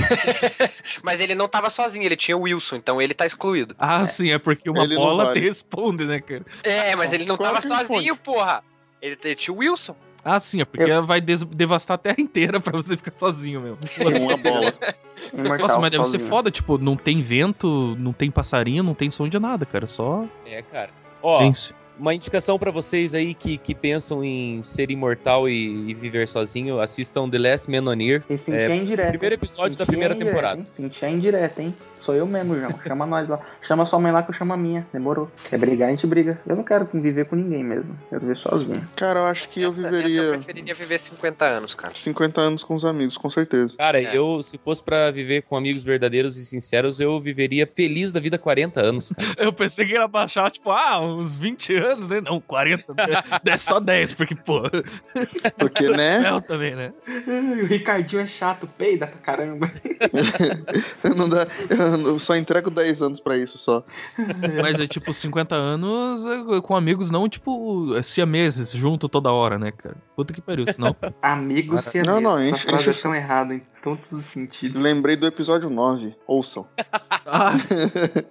[SPEAKER 5] Mas ele não tava sozinho, ele tinha o Wilson, então ele tá excluído.
[SPEAKER 1] Ah, sim, é porque uma
[SPEAKER 2] Ele não
[SPEAKER 1] bola
[SPEAKER 2] vale.
[SPEAKER 1] te responde, né, cara?
[SPEAKER 5] É, mas ele não
[SPEAKER 2] Claro
[SPEAKER 5] tava
[SPEAKER 2] que ele
[SPEAKER 5] sozinho, porra. Ele, ele tinha o Wilson.
[SPEAKER 1] Ah, sim, é porque vai des- devastar a terra inteira pra você ficar sozinho mesmo.
[SPEAKER 2] Com uma bola.
[SPEAKER 6] um imortal,
[SPEAKER 1] Nossa, mas deve ser
[SPEAKER 6] sozinho.
[SPEAKER 1] foda, tipo, não tem vento, não tem passarinho, não tem som de nada, cara. Só
[SPEAKER 7] É, cara. Ó,
[SPEAKER 1] silêncio.
[SPEAKER 7] Uma indicação pra vocês aí que, que pensam em ser imortal e, e viver sozinho, assistam The Last Man on Earth.
[SPEAKER 6] E sentia indireta.
[SPEAKER 7] É, primeiro episódio da
[SPEAKER 6] Sentia
[SPEAKER 7] primeira
[SPEAKER 6] indireta,
[SPEAKER 7] temporada.
[SPEAKER 6] hein? Sentia indireta, hein? Sou eu mesmo, João. Chama nós lá. Chama sua mãe lá que eu chamo a minha. Demorou. Quer brigar, a gente briga. Eu não quero viver com ninguém mesmo. Quero viver sozinho.
[SPEAKER 2] Cara, eu acho que eu
[SPEAKER 5] Essa- essa eu
[SPEAKER 2] viveria
[SPEAKER 5] preferiria viver 50 anos, cara.
[SPEAKER 2] 50 anos com os amigos, com certeza.
[SPEAKER 7] Cara,
[SPEAKER 5] É.
[SPEAKER 7] eu, se fosse pra viver com amigos verdadeiros e sinceros, eu viveria feliz da vida 40 anos, cara.
[SPEAKER 1] Eu pensei que ia baixar, tipo, ah, uns 20 anos, né? Não, 40. É só 10, porque, pô,
[SPEAKER 2] Porque, né?
[SPEAKER 1] Léo também, né?
[SPEAKER 6] o Ricardinho é chato, peida pra caramba.
[SPEAKER 2] Eu, não dá, eu não- só entrego 10 anos pra isso só.
[SPEAKER 1] Mas é tipo 50 anos é, com amigos, não tipo é, siameses junto toda hora, né, cara? Puta que pariu, senão.
[SPEAKER 6] Amigo ser
[SPEAKER 2] Não, não,
[SPEAKER 6] Essa
[SPEAKER 2] enche-
[SPEAKER 6] frase
[SPEAKER 2] enche-
[SPEAKER 6] é tão errada em tantos os sentidos.
[SPEAKER 2] Lembrei do episódio 9, ouçam.
[SPEAKER 1] ah,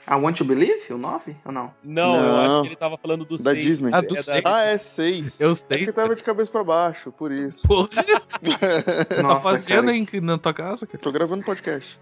[SPEAKER 6] I Want to Believe? O 9? Ou não?
[SPEAKER 7] Não, eu
[SPEAKER 2] Não.
[SPEAKER 7] acho que ele tava falando do
[SPEAKER 2] Da
[SPEAKER 7] seis.
[SPEAKER 2] Disney.
[SPEAKER 1] ah, do
[SPEAKER 7] É da-
[SPEAKER 1] seis.
[SPEAKER 2] Ah, é 6.
[SPEAKER 1] Eu
[SPEAKER 2] É
[SPEAKER 1] sei.
[SPEAKER 2] que tava de cabeça pra baixo, por isso.
[SPEAKER 1] Pô, o que você tá
[SPEAKER 6] Nossa,
[SPEAKER 1] fazendo
[SPEAKER 6] cara,
[SPEAKER 1] hein, na tua casa, cara?
[SPEAKER 2] Tô gravando podcast.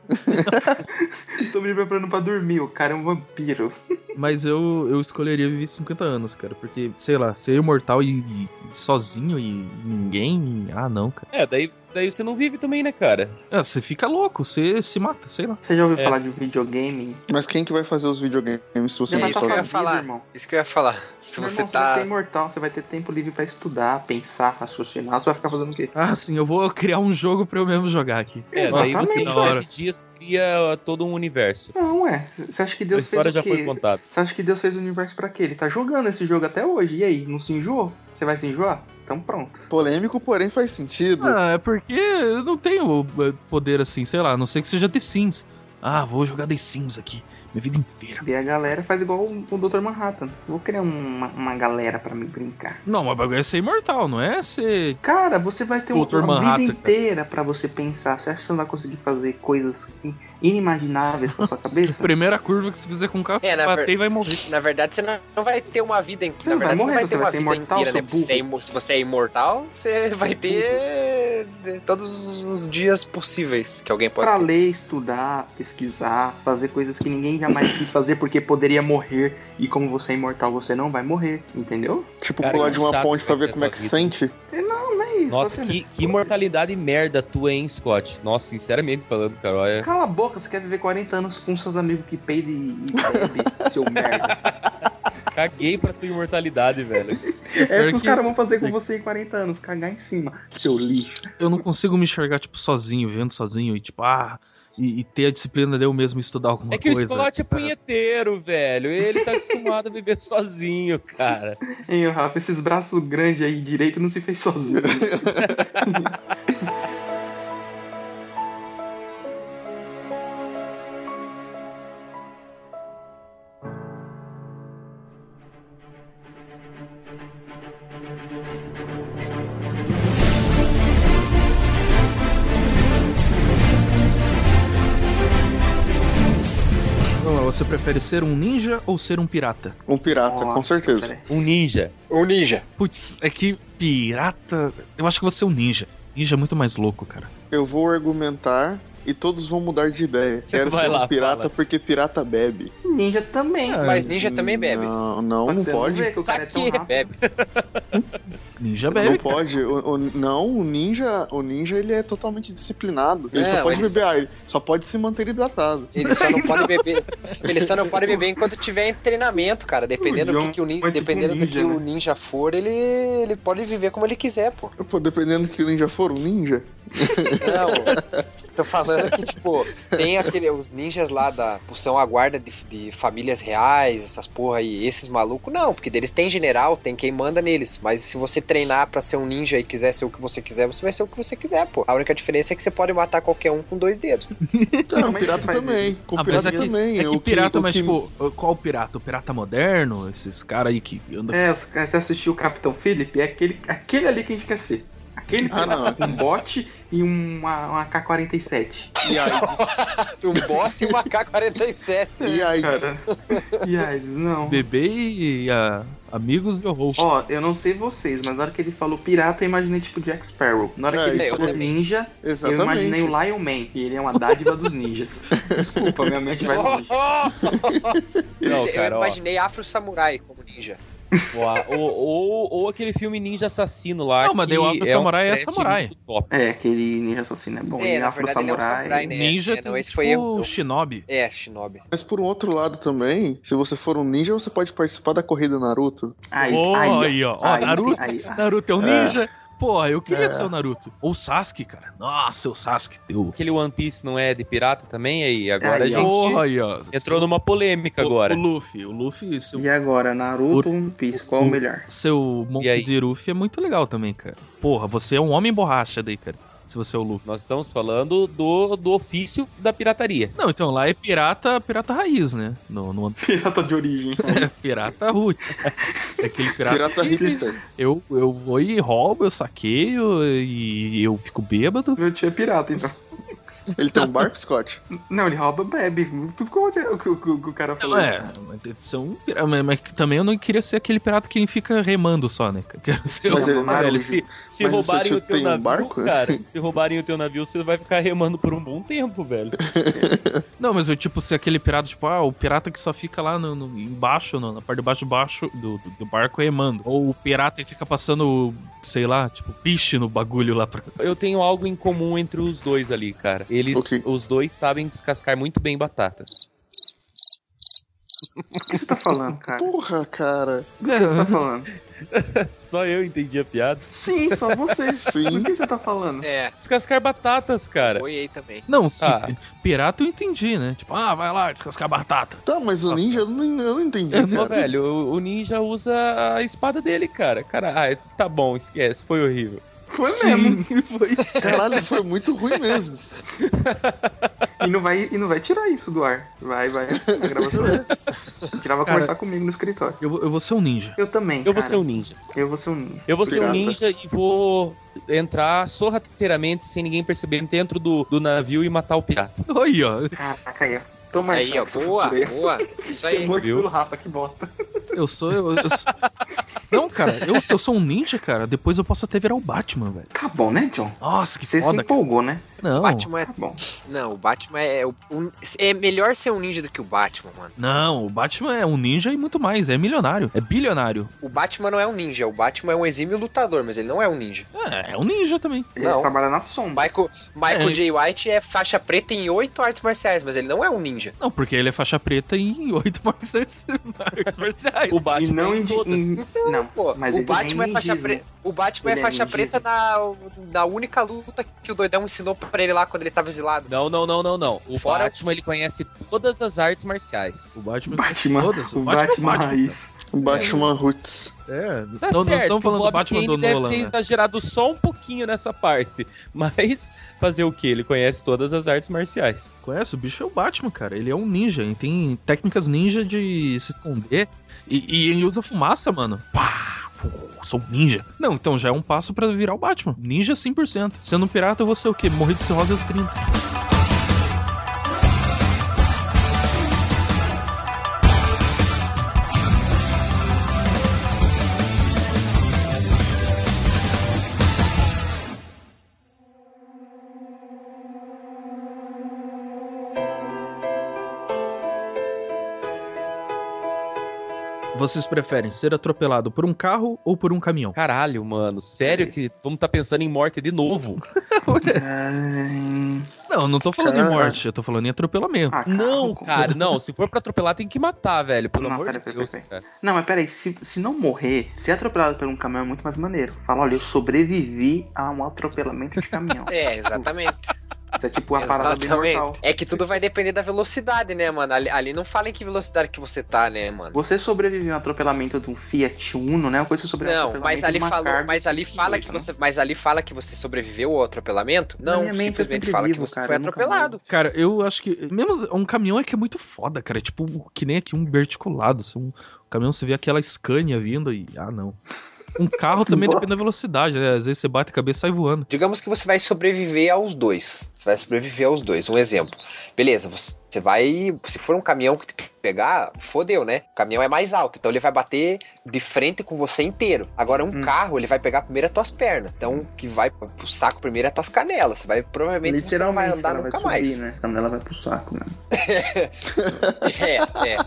[SPEAKER 6] Tô me preparando pra dormir, o cara é um vampiro.
[SPEAKER 1] Mas eu, eu escolheria viver 50 anos, cara. Porque, sei lá, ser imortal e, e sozinho e ninguém. Ah, não, cara.
[SPEAKER 7] É, daí
[SPEAKER 4] daí você não vive também, né, cara?
[SPEAKER 1] É, você fica louco, você se mata, sei lá.
[SPEAKER 6] Você já ouviu
[SPEAKER 4] É.
[SPEAKER 6] falar de videogame?
[SPEAKER 2] Mas quem que vai fazer os videogames se você
[SPEAKER 5] Não,
[SPEAKER 2] não
[SPEAKER 5] mas só
[SPEAKER 2] sozinho?
[SPEAKER 5] quero falar.
[SPEAKER 6] irmão.
[SPEAKER 5] Isso que eu ia falar. Se
[SPEAKER 6] Meu
[SPEAKER 5] você
[SPEAKER 6] irmão,
[SPEAKER 5] tá.
[SPEAKER 6] vai ser imortal, você vai ter tempo livre pra estudar, pensar, raciocinar. Você vai ficar fazendo o quê?
[SPEAKER 1] Ah, sim, eu vou criar um jogo pra eu mesmo jogar aqui.
[SPEAKER 4] É, daí você em
[SPEAKER 1] Da hora.
[SPEAKER 4] sete dias cria ah, todo um universo.
[SPEAKER 6] Não, é. Você acha que
[SPEAKER 4] Essa
[SPEAKER 6] Deus
[SPEAKER 4] história
[SPEAKER 6] fez o
[SPEAKER 4] já
[SPEAKER 6] quê?
[SPEAKER 4] foi contada.
[SPEAKER 6] Você acha que Deus fez o universo pra quê? Ele tá jogando esse jogo até hoje. E aí, não se enjoou? Você vai se enjoar? Então pronto.
[SPEAKER 2] Polêmico, porém faz sentido.
[SPEAKER 1] Ah, é porque eu não tenho eh, poder assim, sei lá, a não sei que seja The Sims. Ah, vou jogar The Sims aqui, minha vida inteira.
[SPEAKER 6] E a galera faz igual o o Dr. Manhattan. Vou criar uma, uma galera pra me brincar.
[SPEAKER 1] Não, mas o bagulho é ser imortal, não é ser.
[SPEAKER 6] Cara, você vai ter uma,
[SPEAKER 1] Dr.
[SPEAKER 6] uma
[SPEAKER 1] Manhattan,
[SPEAKER 6] vida
[SPEAKER 1] cara.
[SPEAKER 6] inteira pra você pensar. Você acha que você não vai conseguir fazer coisas in- inimagináveis com a sua cabeça?
[SPEAKER 1] Primeira curva que você fizer com o carro,
[SPEAKER 5] É, na
[SPEAKER 1] bater
[SPEAKER 5] ver-
[SPEAKER 1] e vai morrer.
[SPEAKER 5] Na verdade, você não não vai ter uma vida inteira.
[SPEAKER 6] Você
[SPEAKER 5] Na
[SPEAKER 6] não vai
[SPEAKER 5] verdade,
[SPEAKER 6] morrer,
[SPEAKER 5] você
[SPEAKER 6] você
[SPEAKER 5] não vai
[SPEAKER 6] vai
[SPEAKER 5] ter
[SPEAKER 6] ser
[SPEAKER 5] uma vida
[SPEAKER 6] imortal,
[SPEAKER 5] inteira, né?
[SPEAKER 6] seu burro.
[SPEAKER 5] Se você é imo- Se você é imortal, você vai ter de- todos os dias possíveis que alguém pode
[SPEAKER 6] Pra
[SPEAKER 5] ter.
[SPEAKER 6] ler, estudar, pesquisar, fazer coisas que ninguém jamais quis fazer porque poderia morrer. E como você é imortal, você não vai morrer, entendeu?
[SPEAKER 2] tipo,
[SPEAKER 4] Cara,
[SPEAKER 2] pular
[SPEAKER 4] que
[SPEAKER 2] de uma
[SPEAKER 4] chato
[SPEAKER 2] ponte
[SPEAKER 4] vai
[SPEAKER 2] pra
[SPEAKER 4] ser
[SPEAKER 2] ver como
[SPEAKER 4] a
[SPEAKER 2] é que
[SPEAKER 4] tua
[SPEAKER 2] sente.
[SPEAKER 6] Não, não é isso.
[SPEAKER 4] Nossa,
[SPEAKER 6] Assim,
[SPEAKER 4] que, que mortalidade merda tua, hein, Scott? Nossa, sinceramente falando, é, cara, olha.
[SPEAKER 6] Cala a boca, você quer viver 40 anos com seus amigos que peidam e e bebe, seu merda.
[SPEAKER 4] Caguei pra tua imortalidade, velho.
[SPEAKER 6] É isso que os
[SPEAKER 1] que-
[SPEAKER 6] caras vão fazer com você em 40 anos, cagar em cima, seu lixo.
[SPEAKER 1] Eu não consigo me enxergar, tipo, sozinho, vendo sozinho e tipo, ah, e, e ter a disciplina de eu mesmo estudar alguma
[SPEAKER 4] É que
[SPEAKER 1] coisa.
[SPEAKER 4] o Scott é punheteiro, velho. Ele tá acostumado a viver sozinho, cara.
[SPEAKER 6] Hein, Rafa, esses braços grandes aí direito não se fez sozinho.
[SPEAKER 1] Vamos lá, você prefere ser um ninja ou ser um pirata?
[SPEAKER 2] Um pirata,
[SPEAKER 6] Ó,
[SPEAKER 2] com certeza.
[SPEAKER 6] peraí.
[SPEAKER 4] Um ninja.
[SPEAKER 5] Um ninja.
[SPEAKER 1] Putz, é que pirata. Eu acho que você é um ninja. Ninja é muito mais louco, cara.
[SPEAKER 2] Eu vou argumentar e todos vão mudar de ideia. Quero
[SPEAKER 4] Vai
[SPEAKER 2] ser
[SPEAKER 4] lá,
[SPEAKER 2] um pirata
[SPEAKER 4] fala.
[SPEAKER 2] porque pirata bebe.
[SPEAKER 6] Ninja também.
[SPEAKER 5] Mas ninja também bebe.
[SPEAKER 2] Não, não,
[SPEAKER 6] Só que
[SPEAKER 2] não
[SPEAKER 6] você
[SPEAKER 2] pode.
[SPEAKER 6] vê que o cara é tão
[SPEAKER 4] É. Saque.
[SPEAKER 6] rápido.
[SPEAKER 5] Bebe.
[SPEAKER 1] Ninja é
[SPEAKER 2] Não
[SPEAKER 1] bebe.
[SPEAKER 2] pode. O, o- não, o ninja, o ninja ele é totalmente disciplinado. Ele
[SPEAKER 5] É,
[SPEAKER 2] só pode
[SPEAKER 5] ele
[SPEAKER 2] beber, ah, ele só pode se manter hidratado.
[SPEAKER 5] Ele só não pode beber. Ele só não pode beber enquanto tiver em treinamento, cara. Dependendo do que, que o ninja,
[SPEAKER 6] Mas tipo
[SPEAKER 5] dependendo do
[SPEAKER 6] ninja,
[SPEAKER 5] que
[SPEAKER 6] né?
[SPEAKER 5] o ninja for, ele ele pode viver como ele quiser, pô.
[SPEAKER 2] Pô, dependendo do que o ninja for, um ninja.
[SPEAKER 5] Não, tô falando que, tipo, tem aquele, os ninjas lá da. São a guarda de, de famílias reais, essas porra aí, esses malucos, não, porque deles tem general, tem quem manda neles. Mas se você treinar pra ser um ninja e quiser ser o que você quiser, você vai ser o que você quiser, pô. A única diferença é que você pode matar qualquer um com dois dedos.
[SPEAKER 2] Não,
[SPEAKER 6] Como
[SPEAKER 2] o
[SPEAKER 6] é que
[SPEAKER 2] pirata
[SPEAKER 6] você faz
[SPEAKER 2] também. Com
[SPEAKER 1] Ah, mas
[SPEAKER 2] o pirata
[SPEAKER 1] é que-
[SPEAKER 2] também.
[SPEAKER 1] É
[SPEAKER 2] O
[SPEAKER 1] que pirata,
[SPEAKER 2] o
[SPEAKER 1] mas
[SPEAKER 2] que-
[SPEAKER 1] tipo, qual pirata? O pirata moderno? Esses caras aí que andam.
[SPEAKER 6] É, os- você assistiu o Capitão Philip? É aquele, aquele ali que a gente quer ser. Aquele
[SPEAKER 2] Ah,
[SPEAKER 6] pirata
[SPEAKER 2] não.
[SPEAKER 6] com um bote e um, uma, uma K-47.
[SPEAKER 2] E aí?
[SPEAKER 5] Um bot e uma K-47.
[SPEAKER 2] E aí?
[SPEAKER 6] Cara. E aí, eles, não.
[SPEAKER 1] Bebê e ah, amigos e horror.
[SPEAKER 6] Ó, eu não sei vocês, mas na hora que ele falou pirata, eu imaginei tipo Jack Sparrow. Na hora
[SPEAKER 2] É,
[SPEAKER 6] que ele
[SPEAKER 2] isso
[SPEAKER 6] falou
[SPEAKER 5] também.
[SPEAKER 6] ninja, eu imaginei o
[SPEAKER 2] Exatamente.
[SPEAKER 6] Lion Man, e ele é uma dádiva dos ninjas. Desculpa, minha mente vai longe.
[SPEAKER 4] Não, cara,
[SPEAKER 5] eu
[SPEAKER 4] ó.
[SPEAKER 5] imaginei Afro Samurai como ninja.
[SPEAKER 4] Ó, Ou, ou, ou aquele filme Ninja Assassino lá.
[SPEAKER 1] Não, mas daí o Afro
[SPEAKER 4] que
[SPEAKER 1] Samurai é
[SPEAKER 4] teste
[SPEAKER 1] samurai.
[SPEAKER 4] muito Top.
[SPEAKER 6] É, aquele ninja assassino é bom.
[SPEAKER 5] É,
[SPEAKER 6] ele
[SPEAKER 5] na verdade ele é um samurai, né?
[SPEAKER 1] Ninja
[SPEAKER 5] é, não,
[SPEAKER 1] tem,
[SPEAKER 5] esse foi
[SPEAKER 1] tipo,
[SPEAKER 5] eu.
[SPEAKER 1] o Shinobi.
[SPEAKER 5] É, Shinobi.
[SPEAKER 2] Mas por um outro lado também, se você for um ninja, você pode participar da corrida Naruto.
[SPEAKER 6] Aí,
[SPEAKER 1] Ô,
[SPEAKER 6] aí, ó.
[SPEAKER 1] aí, ó. Ó,
[SPEAKER 6] Aí,
[SPEAKER 1] Naruto.
[SPEAKER 6] aí, aí.
[SPEAKER 1] Naruto é um
[SPEAKER 2] É.
[SPEAKER 1] ninja. Porra, eu queria
[SPEAKER 2] É.
[SPEAKER 1] ser o Naruto. Ou o Sasuke, cara. Nossa, o Sasuke teu.
[SPEAKER 4] Aquele One Piece não é de pirata também? Aí, agora
[SPEAKER 6] Aí,
[SPEAKER 4] a gente
[SPEAKER 1] Porra, aí, ó.
[SPEAKER 4] entrou numa polêmica
[SPEAKER 1] O-
[SPEAKER 4] agora.
[SPEAKER 1] O Luffy. O Luffy, seu,
[SPEAKER 6] E agora, Naruto ou One Piece, qual o melhor?
[SPEAKER 1] seu
[SPEAKER 4] E
[SPEAKER 1] monte
[SPEAKER 4] aí?
[SPEAKER 1] de Luffy é muito legal também, cara. Porra, você é um homem borracha daí, cara. Se você é o Luffy.
[SPEAKER 4] Nós estamos falando do, do ofício da pirataria.
[SPEAKER 1] Não, então lá é pirata, pirata raiz, né? No, no
[SPEAKER 6] Pirata de origem.
[SPEAKER 1] é pirata roots. É aquele pirata.
[SPEAKER 2] Pirata hipster.
[SPEAKER 1] Eu, eu vou e roubo, eu saqueio e eu fico bêbado.
[SPEAKER 6] Meu tio é pirata, então.
[SPEAKER 2] Ele tem um barco, Scott?
[SPEAKER 6] Não, ele rouba, bebe. Tudo que o, que o- que o- que o cara falou.
[SPEAKER 1] Não, é, uma edição. Mas, mas que também eu não queria ser aquele pirata que fica remando só, né? Eu Quero ser
[SPEAKER 2] Mas
[SPEAKER 1] o-
[SPEAKER 2] ele-
[SPEAKER 1] velho,
[SPEAKER 6] mas
[SPEAKER 1] se-
[SPEAKER 4] Se
[SPEAKER 2] Mas o seu
[SPEAKER 4] roubarem
[SPEAKER 2] tio
[SPEAKER 4] o teu
[SPEAKER 2] tem um
[SPEAKER 4] navio,
[SPEAKER 2] barco?
[SPEAKER 4] cara, se roubarem o teu navio, você vai ficar remando por um bom tempo, velho.
[SPEAKER 1] Não, mas eu, tipo, ser aquele pirata, tipo, ah, o pirata que só fica lá no, no- embaixo, no- na parte de baixo, do baixo do, do, do barco remando. Ou o pirata que fica passando, sei lá, tipo, piche no bagulho lá pra.
[SPEAKER 4] Eu tenho algo em comum entre os dois ali, cara. Eles,
[SPEAKER 2] Ok.
[SPEAKER 4] os dois sabem descascar muito bem batatas.
[SPEAKER 6] O que você tá falando, cara? O
[SPEAKER 2] Porra, cara.
[SPEAKER 6] que você tá falando?
[SPEAKER 4] Só eu entendi a piada.
[SPEAKER 6] Sim, só você.
[SPEAKER 2] Sim.
[SPEAKER 6] Do que você tá falando?
[SPEAKER 5] É,
[SPEAKER 4] Descascar batatas, cara.
[SPEAKER 5] foi aí também.
[SPEAKER 1] Não, sim,
[SPEAKER 4] Ah.
[SPEAKER 1] pirata eu entendi, né? Tipo, ah, vai lá, descascar batata.
[SPEAKER 2] Tá, mas o
[SPEAKER 1] Nossa,
[SPEAKER 2] ninja eu não, eu não entendi,
[SPEAKER 4] Ô,
[SPEAKER 2] cara.
[SPEAKER 4] velho, o- o ninja usa a espada dele, cara. Cara, ah, é- tá bom, esquece, foi horrível.
[SPEAKER 6] Foi
[SPEAKER 1] Sim.
[SPEAKER 6] mesmo. E foi.
[SPEAKER 2] Caralho, foi muito ruim mesmo.
[SPEAKER 6] E não vai, e não vai tirar isso do ar. Vai, vai. A gravação. A gente vai
[SPEAKER 1] Cara.
[SPEAKER 6] conversar comigo no escritório.
[SPEAKER 1] Eu, vou- eu vou ser um ninja.
[SPEAKER 6] Eu também.
[SPEAKER 4] Eu vou
[SPEAKER 6] cara.
[SPEAKER 4] ser um ninja.
[SPEAKER 6] Eu vou ser um ninja.
[SPEAKER 4] Eu vou ser um
[SPEAKER 2] Obrigado.
[SPEAKER 4] ninja e vou entrar sorrateiramente, sem ninguém perceber, dentro do, do navio e matar o pirata.
[SPEAKER 1] Aí, ó.
[SPEAKER 6] Caraca, aí, ó. Toma
[SPEAKER 5] Aí,
[SPEAKER 6] essa
[SPEAKER 5] ó,
[SPEAKER 6] que você
[SPEAKER 5] boa,
[SPEAKER 6] procura aí.
[SPEAKER 5] boa. Isso aí.
[SPEAKER 6] Queimou aqui
[SPEAKER 4] Viu?
[SPEAKER 6] pelo Rafa, que bosta.
[SPEAKER 1] Eu sou. Eu, eu sou- Não, cara, eu, se eu sou um ninja, cara, depois eu posso até virar o Batman, velho.
[SPEAKER 6] Tá bom, né, John?
[SPEAKER 1] Nossa, que
[SPEAKER 6] Você se
[SPEAKER 1] foda. cara.
[SPEAKER 6] empolgou, né?
[SPEAKER 1] Não.
[SPEAKER 5] Batman é.
[SPEAKER 6] Tá bom.
[SPEAKER 5] Não, o Batman é. o- um- É melhor ser um ninja do que o Batman, mano.
[SPEAKER 1] Não, o Batman é um ninja e muito mais. É milionário. É bilionário.
[SPEAKER 5] O Batman não é um ninja. O Batman é um exímio lutador, mas ele não é um ninja.
[SPEAKER 1] É, é um ninja também.
[SPEAKER 6] Ele
[SPEAKER 5] Não.
[SPEAKER 6] trabalha na sombra.
[SPEAKER 5] Michael, Michael
[SPEAKER 1] É.
[SPEAKER 5] J. White é faixa preta em oito artes marciais, mas ele não é um ninja.
[SPEAKER 1] Não, porque ele é faixa preta em oito marciais. marciais.
[SPEAKER 4] O Batman
[SPEAKER 6] E não
[SPEAKER 4] em
[SPEAKER 6] em,
[SPEAKER 4] todas.
[SPEAKER 6] em- Não,
[SPEAKER 5] Pô,
[SPEAKER 6] mas
[SPEAKER 5] o
[SPEAKER 6] ele tem
[SPEAKER 5] Batman é faixa
[SPEAKER 6] ninjismo.
[SPEAKER 5] preta. O Batman é
[SPEAKER 6] Ele é
[SPEAKER 5] faixa
[SPEAKER 6] ninjismo.
[SPEAKER 5] preta na, na única luta que o doidão ensinou pra ele lá quando ele tava exilado.
[SPEAKER 4] Não, não, não, não, não. O
[SPEAKER 5] Fora-
[SPEAKER 4] Batman, ele conhece todas as artes marciais.
[SPEAKER 1] O Batman.
[SPEAKER 6] Batman.
[SPEAKER 1] Todas.
[SPEAKER 6] O
[SPEAKER 1] Batman é o
[SPEAKER 6] Batman,
[SPEAKER 1] Batman,
[SPEAKER 6] raiz.
[SPEAKER 2] Batman Roots.
[SPEAKER 1] É, não
[SPEAKER 4] Tá
[SPEAKER 1] não
[SPEAKER 4] certo,
[SPEAKER 1] estamos falando
[SPEAKER 4] que o
[SPEAKER 1] do
[SPEAKER 4] Bob
[SPEAKER 1] Batman
[SPEAKER 4] Kane
[SPEAKER 1] do
[SPEAKER 4] deve
[SPEAKER 1] Nolan.
[SPEAKER 4] ter
[SPEAKER 1] Né?
[SPEAKER 4] exagerado só um pouquinho nessa parte. Mas fazer o que? Ele conhece todas as artes marciais.
[SPEAKER 1] Conhece? O bicho é o Batman, cara. Ele é um ninja. Ele tem técnicas ninja de se esconder. E, e ele usa fumaça, mano. Pá! fu- Sou um ninja. Não, então já é um passo pra virar o Batman. Ninja 100%. Sendo um pirata, eu vou ser o quê? Morrer de cirrose aos 30. Vocês preferem ser atropelado por um carro ou por um caminhão?
[SPEAKER 4] Caralho, mano, sério que vamos tá pensando em morte de novo?
[SPEAKER 6] Ai,
[SPEAKER 1] Não, não tô falando em
[SPEAKER 2] Caralho.
[SPEAKER 1] morte, eu tô falando em atropelamento.
[SPEAKER 6] ah, cara,
[SPEAKER 4] Não,
[SPEAKER 6] com-
[SPEAKER 4] cara, não, se for pra atropelar tem que matar, velho, pelo
[SPEAKER 6] Não,
[SPEAKER 4] amor
[SPEAKER 6] pera,
[SPEAKER 4] de
[SPEAKER 6] pera,
[SPEAKER 4] Deus,
[SPEAKER 6] pera,
[SPEAKER 4] cara.
[SPEAKER 6] Não, mas peraí, se, se não morrer, ser atropelado por um caminhão é muito mais maneiro. Fala, olha, eu sobrevivi a um atropelamento de caminhão.
[SPEAKER 5] É, exatamente.
[SPEAKER 6] Isso é tipo a parada do imortal.
[SPEAKER 5] exatamente. É que tudo vai depender da velocidade, né, mano? Ali, ali não fala em que velocidade que você tá, né, mano?
[SPEAKER 6] Você sobreviveu a um atropelamento de um Fiat Uno, né? Uma coisa que você sobreviveu a um
[SPEAKER 5] Não, mas
[SPEAKER 6] atropelamento
[SPEAKER 5] ali
[SPEAKER 6] de uma
[SPEAKER 5] falou,
[SPEAKER 6] carga
[SPEAKER 5] mas ali
[SPEAKER 6] de
[SPEAKER 5] fala que
[SPEAKER 6] 18, né?
[SPEAKER 5] você, mas ali fala que você sobreviveu ao atropelamento?
[SPEAKER 6] Na minha
[SPEAKER 5] Não,
[SPEAKER 6] mente, eu
[SPEAKER 5] simplesmente
[SPEAKER 6] sempre
[SPEAKER 5] fala que
[SPEAKER 6] vivo,
[SPEAKER 5] você
[SPEAKER 6] cara,
[SPEAKER 5] foi
[SPEAKER 6] eu nunca
[SPEAKER 5] atropelado.
[SPEAKER 1] Cara, eu acho que. Mesmo um caminhão é que é muito foda, cara. É tipo, que nem aqui um verticulado. Se um o caminhão você vê aquela Scania vindo e. Ah, não. Um carro também
[SPEAKER 6] Nossa.
[SPEAKER 1] depende da velocidade, né? Às vezes você bate a cabeça e sai voando.
[SPEAKER 5] Digamos que você vai sobreviver aos dois. Você vai sobreviver aos dois. Um exemplo. Beleza, você você vai. Se for um caminhão que te pegar, fodeu, né? O caminhão é mais alto, então ele vai bater de frente com você inteiro. Agora, um
[SPEAKER 6] Hum.
[SPEAKER 5] carro, ele vai pegar primeiro as tuas pernas. Então, o que vai pro saco primeiro é as tuas canelas. Você vai, provavelmente, você não vai
[SPEAKER 6] Literalmente,
[SPEAKER 5] andar
[SPEAKER 6] ela
[SPEAKER 5] nunca
[SPEAKER 6] vai
[SPEAKER 5] mais.
[SPEAKER 6] subir, né? Então ela vai pro saco, né?
[SPEAKER 5] É, é.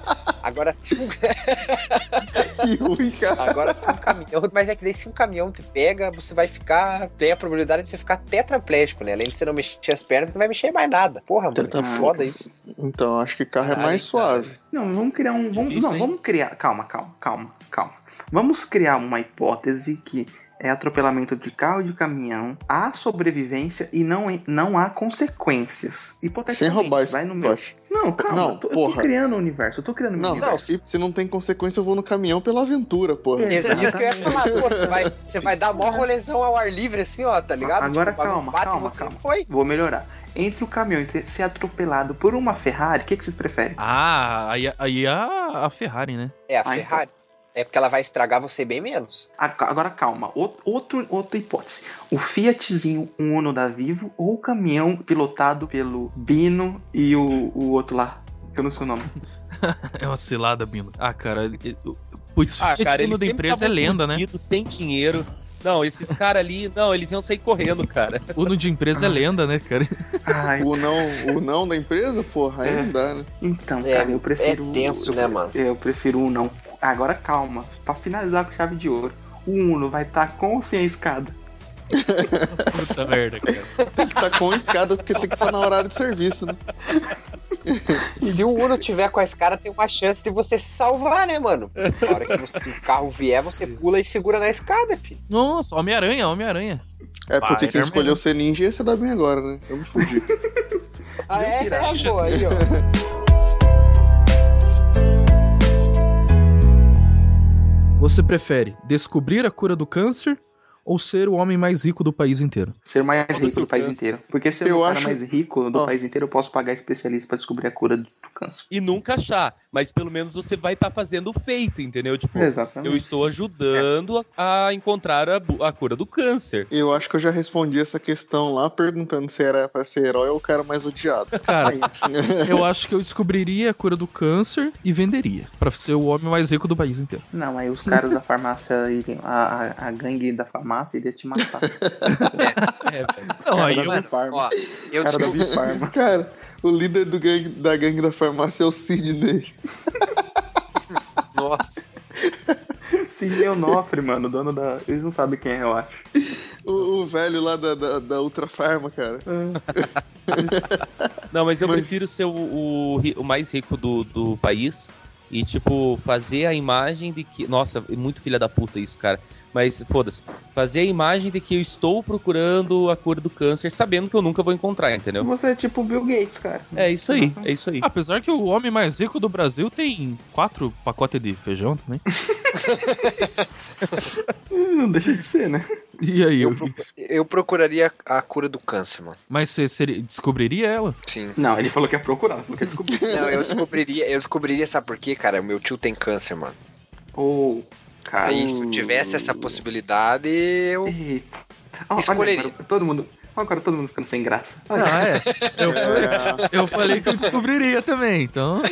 [SPEAKER 5] Agora, se um,
[SPEAKER 2] Que ruim, cara.
[SPEAKER 5] agora, se um caminhão. Mas é que daí, se um caminhão te pega, você vai ficar. Tem a probabilidade de você ficar tetraplégico, né? Além de você não mexer as pernas, você não vai mexer mais nada. Porra, mano, que
[SPEAKER 2] Tetraplégico.
[SPEAKER 5] foda isso.
[SPEAKER 2] Então, acho que carro é
[SPEAKER 4] Caralho,
[SPEAKER 2] mais
[SPEAKER 4] cara.
[SPEAKER 2] suave.
[SPEAKER 6] Não, vamos criar um. Vamos,
[SPEAKER 4] Difícil,
[SPEAKER 6] não,
[SPEAKER 4] hein?
[SPEAKER 6] vamos criar. Calma, calma, calma, calma. Vamos criar uma hipótese que é atropelamento de carro e de caminhão, há sobrevivência e não, não há consequências. Hipoteticamente,
[SPEAKER 2] Sem roubar esse
[SPEAKER 6] vai no meu.
[SPEAKER 2] pote.
[SPEAKER 6] Não, calma,
[SPEAKER 2] Não,
[SPEAKER 6] eu tô, eu tô
[SPEAKER 2] porra.
[SPEAKER 6] criando o universo, eu tô criando o meu
[SPEAKER 2] Não,
[SPEAKER 6] universo.
[SPEAKER 2] se, se não tem consequência, eu vou no caminhão pela aventura, porra.
[SPEAKER 6] É.
[SPEAKER 5] Isso, isso que eu ia
[SPEAKER 6] Exatamente.
[SPEAKER 5] falar, pô, você vai, você vai dar mó rolezão ao ar livre, assim, ó, tá ligado?
[SPEAKER 6] Agora
[SPEAKER 5] o bagulho
[SPEAKER 6] calma,
[SPEAKER 5] bate em
[SPEAKER 6] calma,
[SPEAKER 5] você
[SPEAKER 6] calma.
[SPEAKER 5] foi.
[SPEAKER 6] Vou melhorar. Entre o caminhão e ter- ser atropelado por uma Ferrari, o que, que vocês preferem?
[SPEAKER 1] Ah, aí, aí é a, a Ferrari, né?
[SPEAKER 5] É a
[SPEAKER 6] Ah,
[SPEAKER 5] Ferrari. É porque ela vai estragar você bem menos.
[SPEAKER 6] Aga- Agora calma, O- outro, outra hipótese. O Fiatzinho um Uno da Vivo ou o caminhão pilotado pelo Bino e o, o outro lá? Que eu não sei o nome.
[SPEAKER 1] É uma cilada, Bino. Ah, cara. ele- Putz,
[SPEAKER 7] Ah,
[SPEAKER 1] o
[SPEAKER 7] cara,
[SPEAKER 1] Fiatino
[SPEAKER 7] eles
[SPEAKER 1] da
[SPEAKER 7] sempre
[SPEAKER 1] empresa é
[SPEAKER 7] estavam
[SPEAKER 1] lenda, né?
[SPEAKER 7] fudidos, Sem dinheiro. Não, esses caras ali, não, eles iam sair correndo, cara.
[SPEAKER 1] Uno de empresa é
[SPEAKER 7] Ah.
[SPEAKER 1] lenda, né, cara?
[SPEAKER 6] Ai,
[SPEAKER 2] O não, o não da empresa, porra, aí não dá, né?
[SPEAKER 6] então,
[SPEAKER 5] É,
[SPEAKER 6] cara, eu prefiro.
[SPEAKER 5] é tenso,
[SPEAKER 6] eu-
[SPEAKER 5] né, mano?
[SPEAKER 6] Eu prefiro o não. Agora calma, pra finalizar com chave de ouro. O Uno vai estar com ou sem a escada?
[SPEAKER 1] Puta merda, cara.
[SPEAKER 2] Tem que estar com escada porque tem que estar na horário de serviço, né?
[SPEAKER 5] Se o Uno tiver com as caras, tem uma chance de você se salvar, né, mano? Na hora que você- o carro vier, você pula e segura na escada, filho.
[SPEAKER 1] Nossa, Homem-Aranha, Homem-Aranha.
[SPEAKER 2] É porque quem
[SPEAKER 1] Spider-Man.
[SPEAKER 2] escolheu ser ninja ia se dar bem agora, né? Eu me fudi.
[SPEAKER 5] Ah, é, é,
[SPEAKER 7] Mentira.
[SPEAKER 5] pô, aí, ó.
[SPEAKER 1] Você prefere descobrir a cura do câncer ou ser o homem mais rico do país inteiro?
[SPEAKER 6] Ser o mais
[SPEAKER 4] Foda-se
[SPEAKER 6] rico
[SPEAKER 4] o
[SPEAKER 6] do país
[SPEAKER 4] câncer.
[SPEAKER 6] inteiro. Porque se eu
[SPEAKER 2] Eu
[SPEAKER 6] for o cara
[SPEAKER 2] acho-
[SPEAKER 6] mais rico do
[SPEAKER 2] Ó.
[SPEAKER 6] país inteiro, eu posso pagar especialista pra descobrir a cura do do câncer.
[SPEAKER 7] E nunca achar. Mas pelo menos você vai
[SPEAKER 4] tá
[SPEAKER 7] estar fazendo o feito, entendeu? Tipo,
[SPEAKER 6] Exatamente.
[SPEAKER 7] eu estou ajudando a a encontrar a, bu- a cura do câncer.
[SPEAKER 2] Eu acho que eu já respondi essa questão lá, perguntando se era pra ser herói ou o cara mais odiado.
[SPEAKER 1] Cara, eu acho que eu descobriria a cura do câncer e venderia. Pra ser o homem mais rico do país inteiro.
[SPEAKER 6] Não, aí os caras da farmácia iriam. A, a, a gangue da farmácia iria te matar.
[SPEAKER 7] É, velho.
[SPEAKER 6] Os
[SPEAKER 1] Não, aí
[SPEAKER 6] caras da
[SPEAKER 1] eu-
[SPEAKER 6] Big Pharma.
[SPEAKER 5] Ó, eu
[SPEAKER 6] cara da
[SPEAKER 5] descobri.
[SPEAKER 6] Big Pharma.
[SPEAKER 2] Cara, o líder do gangue, da gangue da farmácia é o Sidney.
[SPEAKER 5] Nossa.
[SPEAKER 6] Sidney Onofre, mano, o dono da. Eles não sabem quem é, eu acho.
[SPEAKER 2] O, o velho lá da, da, da Ultra Farma, cara.
[SPEAKER 7] Não, mas eu
[SPEAKER 2] Mas-
[SPEAKER 7] prefiro ser o, o ri- o mais rico do, do país e, tipo, fazer a imagem de que. Nossa, é muito filha da puta isso, cara. Mas foda-se. Fazer a imagem de que eu estou procurando a cura do câncer, sabendo que eu nunca vou encontrar, entendeu?
[SPEAKER 6] Você é tipo o Bill Gates, cara.
[SPEAKER 7] É isso aí, é isso aí.
[SPEAKER 1] Apesar que o homem mais rico do Brasil tem quatro pacotes de feijão também.
[SPEAKER 6] Não deixa de ser, né?
[SPEAKER 1] E aí?
[SPEAKER 5] Eu, procu- eu procuraria a cura do câncer, mano.
[SPEAKER 1] Mas você seria- descobriria ela?
[SPEAKER 5] Sim.
[SPEAKER 6] Não, ele falou que ia procurar, falou que ia descobrir.
[SPEAKER 5] Não, eu descobriria, eu descobriria, sabe por quê, cara? Meu tio tem câncer, mano.
[SPEAKER 6] Ou. cara.
[SPEAKER 5] Aí, se eu tivesse essa possibilidade, eu.
[SPEAKER 6] Eita. Ó, olha,
[SPEAKER 5] Escolheria.
[SPEAKER 6] agora tá todo mundo. Olha agora todo mundo ficando sem graça. Olha.
[SPEAKER 1] é. Eu,
[SPEAKER 2] É,
[SPEAKER 1] eu falei que eu descobriria também, então.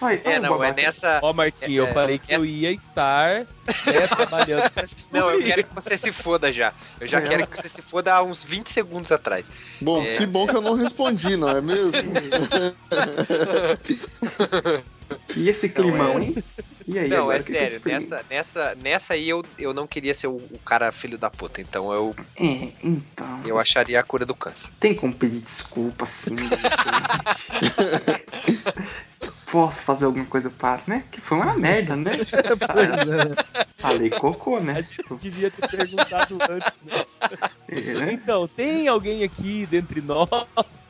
[SPEAKER 6] Olha,
[SPEAKER 5] É,
[SPEAKER 6] olha o
[SPEAKER 5] não, é
[SPEAKER 6] babaca.
[SPEAKER 5] nessa.
[SPEAKER 7] Ó, Marquinhos, eu
[SPEAKER 5] É,
[SPEAKER 7] falei que eu
[SPEAKER 5] essa-
[SPEAKER 7] ia estar né, trabalhando pra
[SPEAKER 5] Não, eu
[SPEAKER 7] descobrir.
[SPEAKER 5] quero que você se foda já. Eu já
[SPEAKER 6] É.
[SPEAKER 5] quero que você se foda há uns 20 segundos atrás.
[SPEAKER 2] Bom,
[SPEAKER 5] É.
[SPEAKER 2] que bom que eu não respondi, não é mesmo?
[SPEAKER 6] E esse climão, hein? E aí,
[SPEAKER 5] é- não,
[SPEAKER 6] agora,
[SPEAKER 5] é
[SPEAKER 6] o que que
[SPEAKER 5] sério.
[SPEAKER 6] eu
[SPEAKER 5] Nessa, nessa, nessa aí eu, eu não queria ser o, o cara filho da puta. Então eu,
[SPEAKER 6] descobri? É, então.
[SPEAKER 5] eu acharia a cura do câncer.
[SPEAKER 6] Tem como pedir desculpa assim? de repente? Posso fazer alguma coisa para, né? Que foi uma merda, né?
[SPEAKER 1] é.
[SPEAKER 6] Falei cocô,
[SPEAKER 7] A
[SPEAKER 6] né?
[SPEAKER 7] gente devia ter perguntado antes.
[SPEAKER 6] É, né?
[SPEAKER 7] Então, tem alguém aqui dentre nós?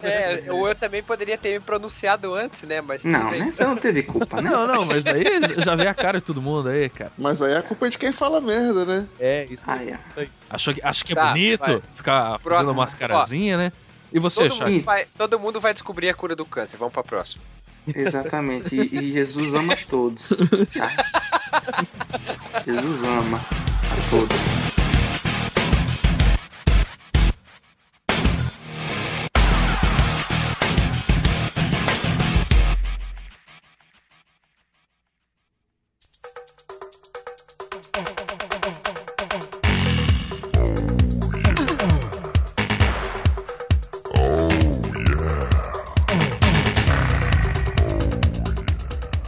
[SPEAKER 5] É, ou eu também poderia ter me pronunciado antes, né? Mas tudo
[SPEAKER 6] Não,
[SPEAKER 5] bem.
[SPEAKER 6] né? Você não teve culpa, né?
[SPEAKER 1] Não, não, mas aí já vê a cara de todo mundo aí, cara.
[SPEAKER 2] Mas aí a culpa é de quem fala merda, né?
[SPEAKER 7] É, isso
[SPEAKER 6] Ah,
[SPEAKER 7] aí.
[SPEAKER 6] é.
[SPEAKER 7] Isso aí.
[SPEAKER 1] Achou que, acho que é
[SPEAKER 5] Tá,
[SPEAKER 1] bonito
[SPEAKER 5] vai.
[SPEAKER 1] ficar
[SPEAKER 5] Próximo.
[SPEAKER 1] fazendo mascarazinha, né? E você,
[SPEAKER 5] Todo
[SPEAKER 1] Chaco?
[SPEAKER 5] mundo, vai, todo mundo vai descobrir a cura do câncer. Vamos pra próxima.
[SPEAKER 6] Exatamente. E, e Jesus ama a todos. Tá? Jesus ama a todos.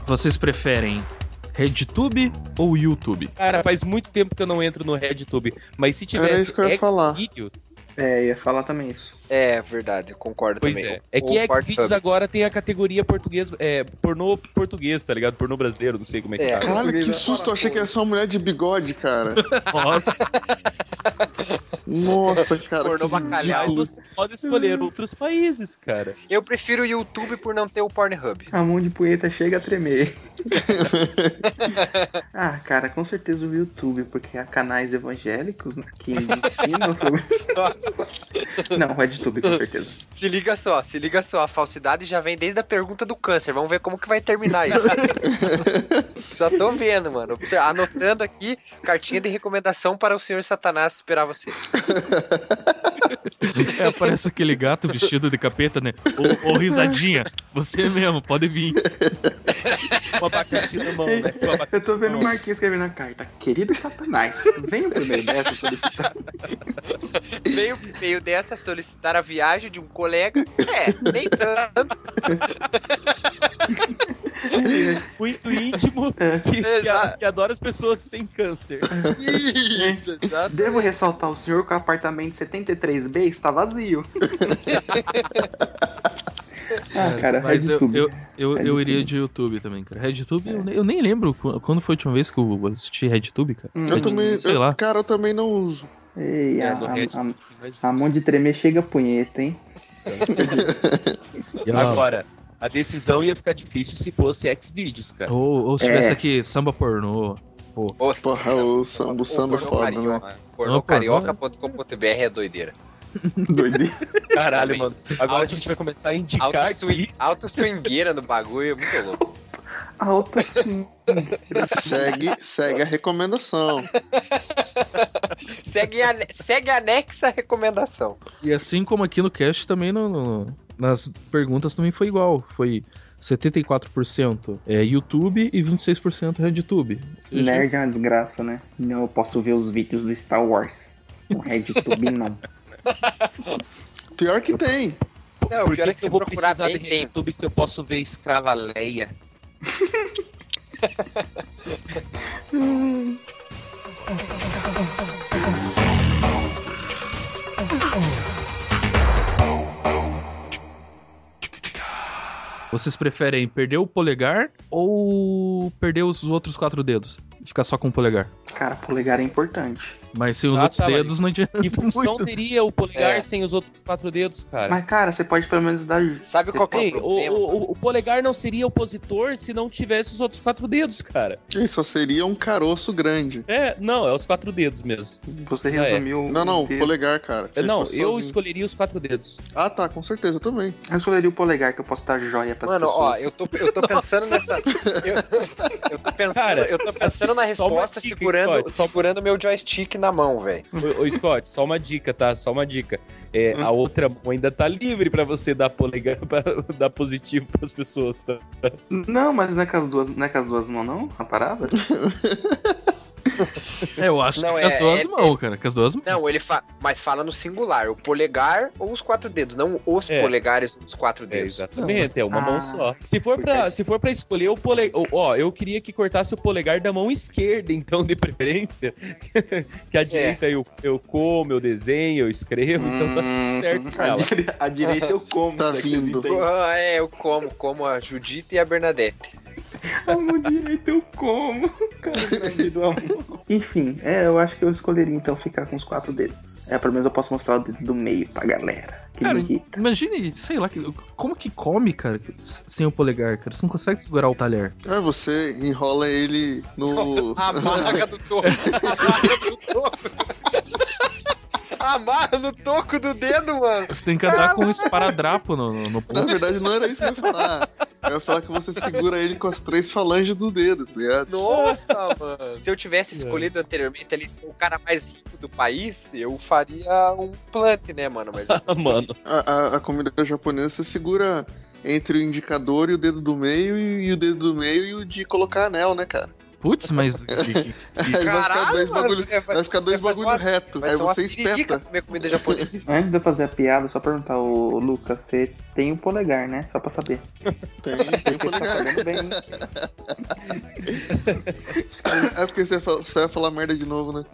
[SPEAKER 1] Vocês preferem RedTube ou YouTube?
[SPEAKER 7] Cara, faz muito tempo que eu não entro no RedTube, mas se tivesse
[SPEAKER 2] Era isso que eu ia falar.
[SPEAKER 7] Xvideos,
[SPEAKER 6] É, ia falar também isso.
[SPEAKER 5] É verdade, eu concordo
[SPEAKER 7] pois
[SPEAKER 5] também.
[SPEAKER 7] é. É
[SPEAKER 5] Ou
[SPEAKER 7] que
[SPEAKER 5] Pornhub.
[SPEAKER 7] Xvideos agora tem a categoria português, é, pornô português, tá ligado? Pornô brasileiro, não sei como é que
[SPEAKER 5] É.
[SPEAKER 7] tá.
[SPEAKER 2] Caralho, que susto, eu achei que era só uma mulher de bigode, cara.
[SPEAKER 1] Nossa,
[SPEAKER 2] Nossa, cara.
[SPEAKER 5] Pornô
[SPEAKER 2] que
[SPEAKER 5] bacalhau.
[SPEAKER 7] Mas
[SPEAKER 2] ridículo.
[SPEAKER 7] você pode escolher outros países, cara.
[SPEAKER 5] Eu prefiro o YouTube por não ter o Pornhub.
[SPEAKER 6] A mão de punheta chega a tremer. ah, cara, com certeza o YouTube, porque há canais evangélicos né, que ensinam sobre
[SPEAKER 5] Nossa.
[SPEAKER 6] Não, RedTube, com certeza.
[SPEAKER 5] Se liga só, se liga só, a falsidade já vem desde a pergunta do câncer. Vamos ver como que vai terminar isso. já tô vendo, mano. Anotando aqui, cartinha de recomendação para o senhor Satanás esperar você.
[SPEAKER 1] É, parece aquele gato vestido de capeta, né? Ô, ô, risadinha, você é mesmo, pode vir.
[SPEAKER 7] Com Um abacaxi na mão, né? Com abacaxi.
[SPEAKER 6] Eu tô vendo o Marquinhos escrevendo a carta. Querido Satanás, venha por meio dessa solicitar.
[SPEAKER 5] Veio por meio dessa solicitar a viagem de um colega. É, nem tanto.
[SPEAKER 7] Muito íntimo que, que, a- que adora as pessoas que têm câncer.
[SPEAKER 5] Isso, exato.
[SPEAKER 6] Devo ressaltar o senhor que o apartamento 73B está vazio. ah, cara,
[SPEAKER 1] Mas eu,
[SPEAKER 6] RedTube.
[SPEAKER 1] eu, eu, eu
[SPEAKER 6] RedTube.
[SPEAKER 1] iria de YouTube também, cara. RedTube, eu, ne- eu nem lembro qu- quando foi a última vez que eu assisti RedTube, cara.
[SPEAKER 6] Hum.
[SPEAKER 2] Eu também.
[SPEAKER 1] Sei
[SPEAKER 2] eu-
[SPEAKER 1] lá.
[SPEAKER 2] Cara, eu também não uso.
[SPEAKER 6] Ei,
[SPEAKER 7] É,
[SPEAKER 6] a,
[SPEAKER 7] do
[SPEAKER 6] a-
[SPEAKER 7] Reddit.
[SPEAKER 6] a- a mão de tremer chega a punheta, hein?
[SPEAKER 7] Agora, a decisão ia ficar difícil se fosse X-Videos, cara.
[SPEAKER 1] Ou, ou se tivesse
[SPEAKER 6] É.
[SPEAKER 1] aqui samba pornô.
[SPEAKER 5] Ô,
[SPEAKER 2] Porra, o samba, o samba é
[SPEAKER 5] pornô
[SPEAKER 2] foda, né?
[SPEAKER 5] carioca.
[SPEAKER 1] Samba pornô,
[SPEAKER 5] Pornocarioca.com.br é doideira.
[SPEAKER 6] Doideira.
[SPEAKER 7] Caralho,
[SPEAKER 5] Também.
[SPEAKER 7] mano. Agora
[SPEAKER 5] Alto
[SPEAKER 7] a gente
[SPEAKER 5] su-
[SPEAKER 7] vai começar a
[SPEAKER 5] Alto,
[SPEAKER 7] indicar
[SPEAKER 5] swing, alto swingueira no bagulho, é muito louco.
[SPEAKER 6] Alta.
[SPEAKER 2] Segue, segue a recomendação.
[SPEAKER 5] Segue, a, segue anexa a recomendação.
[SPEAKER 1] E assim como aqui no cast, também no- no- nas perguntas também foi igual. Foi 74% é YouTube e 26% RedTube. Ou seja,
[SPEAKER 6] Nerd é uma desgraça, né? Não, eu posso ver os vídeos do Star Wars. No RedTube, não.
[SPEAKER 2] Pior que tem.
[SPEAKER 5] Não, o
[SPEAKER 7] Por
[SPEAKER 5] pior
[SPEAKER 7] que,
[SPEAKER 5] é
[SPEAKER 7] que
[SPEAKER 5] que se
[SPEAKER 7] eu vou
[SPEAKER 5] procurar
[SPEAKER 7] precisar
[SPEAKER 5] bem,
[SPEAKER 7] de
[SPEAKER 5] tem.
[SPEAKER 7] YouTube se eu posso ver Escravaleia?
[SPEAKER 1] Vocês preferem perder o polegar ou perder os outros quatro dedos? Ficar só com o polegar.
[SPEAKER 6] Cara, polegar é importante.
[SPEAKER 1] Mas sem os
[SPEAKER 7] Ah,
[SPEAKER 1] outros
[SPEAKER 7] tá,
[SPEAKER 1] dedos não adianta.
[SPEAKER 7] Que função
[SPEAKER 1] Muito.
[SPEAKER 7] teria o polegar
[SPEAKER 5] É.
[SPEAKER 7] sem os outros quatro dedos, cara?
[SPEAKER 6] Mas, cara, você pode pelo menos dar.
[SPEAKER 5] Sabe qual que é
[SPEAKER 7] Ei,
[SPEAKER 5] o
[SPEAKER 7] o,
[SPEAKER 5] problema?
[SPEAKER 7] o- o- o polegar não seria opositor se não tivesse os outros quatro dedos, cara.
[SPEAKER 2] Isso só seria um caroço grande.
[SPEAKER 7] É, não, é os quatro dedos mesmo.
[SPEAKER 6] Você
[SPEAKER 7] Ah, é.
[SPEAKER 6] resumiu.
[SPEAKER 2] Não, não,
[SPEAKER 6] o texto.
[SPEAKER 2] polegar, cara. Se
[SPEAKER 7] não, eu
[SPEAKER 2] fosse sozinho.
[SPEAKER 7] escolheria os quatro dedos.
[SPEAKER 2] Ah, tá, com certeza, eu também.
[SPEAKER 6] Eu escolheria o polegar que eu posso dar joia pras
[SPEAKER 5] Mano, ó,
[SPEAKER 6] pessoas.
[SPEAKER 5] eu tô, eu tô pensando nessa. Eu, eu tô pensando,
[SPEAKER 7] Cara,
[SPEAKER 5] eu tô pensando na
[SPEAKER 7] assim, só uma
[SPEAKER 5] resposta
[SPEAKER 7] dica,
[SPEAKER 5] segurando,
[SPEAKER 7] Scott, só-
[SPEAKER 5] segurando meu joystick na mão, velho.
[SPEAKER 7] Ô, ô, Scott, só uma dica, tá? Só uma dica. É, a outra mão ainda tá livre pra você dar polegar, pra dar positivo pras pessoas, tá?
[SPEAKER 6] Não, mas não é com as duas, não é com as duas mãos, não? A parada?
[SPEAKER 1] É, eu acho
[SPEAKER 5] Não,
[SPEAKER 1] que
[SPEAKER 5] é-
[SPEAKER 1] com as duas
[SPEAKER 5] é-
[SPEAKER 1] mãos, cara. Com as duas mãos.
[SPEAKER 5] Não, ele fa... mas fala no singular, o polegar ou os quatro dedos, não os
[SPEAKER 7] É.
[SPEAKER 5] polegares ou os quatro
[SPEAKER 7] É,
[SPEAKER 5] dedos.
[SPEAKER 7] exatamente, é uma
[SPEAKER 6] Ah.
[SPEAKER 7] mão só. Se for pra, se for pra escolher o polegar. Ó, eu queria que cortasse o polegar da mão esquerda, então, de preferência. que a direita eu, eu como, eu desenho, eu escrevo, então tá tudo certo
[SPEAKER 6] Hum. a,
[SPEAKER 7] pra ela.
[SPEAKER 6] dire- a direita eu como.
[SPEAKER 2] Tá
[SPEAKER 6] você acredita
[SPEAKER 2] vindo.
[SPEAKER 6] aí?
[SPEAKER 5] Ah, é, eu como, como a Judita e a Bernadette.
[SPEAKER 6] A mão direita eu como. Cara, grande do amor. Enfim, é, eu acho que eu escolheria então ficar com os quatro dedos. É, pelo menos eu posso mostrar o dedo do meio pra galera. Que
[SPEAKER 1] Cara,
[SPEAKER 6] me irrita.
[SPEAKER 1] Imagine, sei lá, que- como que come, cara, sem o polegar, cara? Você não consegue segurar o talher.
[SPEAKER 2] É, você enrola ele no.
[SPEAKER 5] A marca do toco. A marca do toco. A marca do toco do dedo, mano.
[SPEAKER 1] Você tem que andar com um esparadrapo no, no, no
[SPEAKER 2] Na
[SPEAKER 1] pulso.
[SPEAKER 2] verdade, não era isso que eu ia falar. Eu ia falar que você segura ele com as três falanges dos dedos, tá ligado?
[SPEAKER 5] Nossa, mano. Se eu tivesse
[SPEAKER 2] É.
[SPEAKER 5] escolhido anteriormente ali ser o cara mais rico do país, eu faria um plant, né, mano? Mas
[SPEAKER 7] Ah, mano.
[SPEAKER 2] A, a- a comida japonesa você segura entre o indicador e o dedo do meio, e, o dedo do meio e o de colocar anel, né, cara?
[SPEAKER 1] Putz, mas. que- que-
[SPEAKER 2] Aí vai ficar
[SPEAKER 5] Caralho,
[SPEAKER 2] dois
[SPEAKER 5] mano,
[SPEAKER 2] bagulho,
[SPEAKER 5] você vai-
[SPEAKER 2] vai ficar dois
[SPEAKER 5] você vai fazer
[SPEAKER 2] bagulho
[SPEAKER 5] uma-
[SPEAKER 2] reto.
[SPEAKER 5] vai
[SPEAKER 2] Aí
[SPEAKER 5] ser uma
[SPEAKER 2] você
[SPEAKER 5] siririca
[SPEAKER 2] espeta.
[SPEAKER 5] comer comida japonesa.
[SPEAKER 6] Antes de eu fazer a piada, só perguntar, ô Lucas, você tem o polegar, né? Só pra saber.
[SPEAKER 2] Tem, tem um
[SPEAKER 6] Porque você tá
[SPEAKER 2] polegar.
[SPEAKER 6] pagando bem, hein?
[SPEAKER 2] É porque você ia falar, você ia falar merda de novo, né?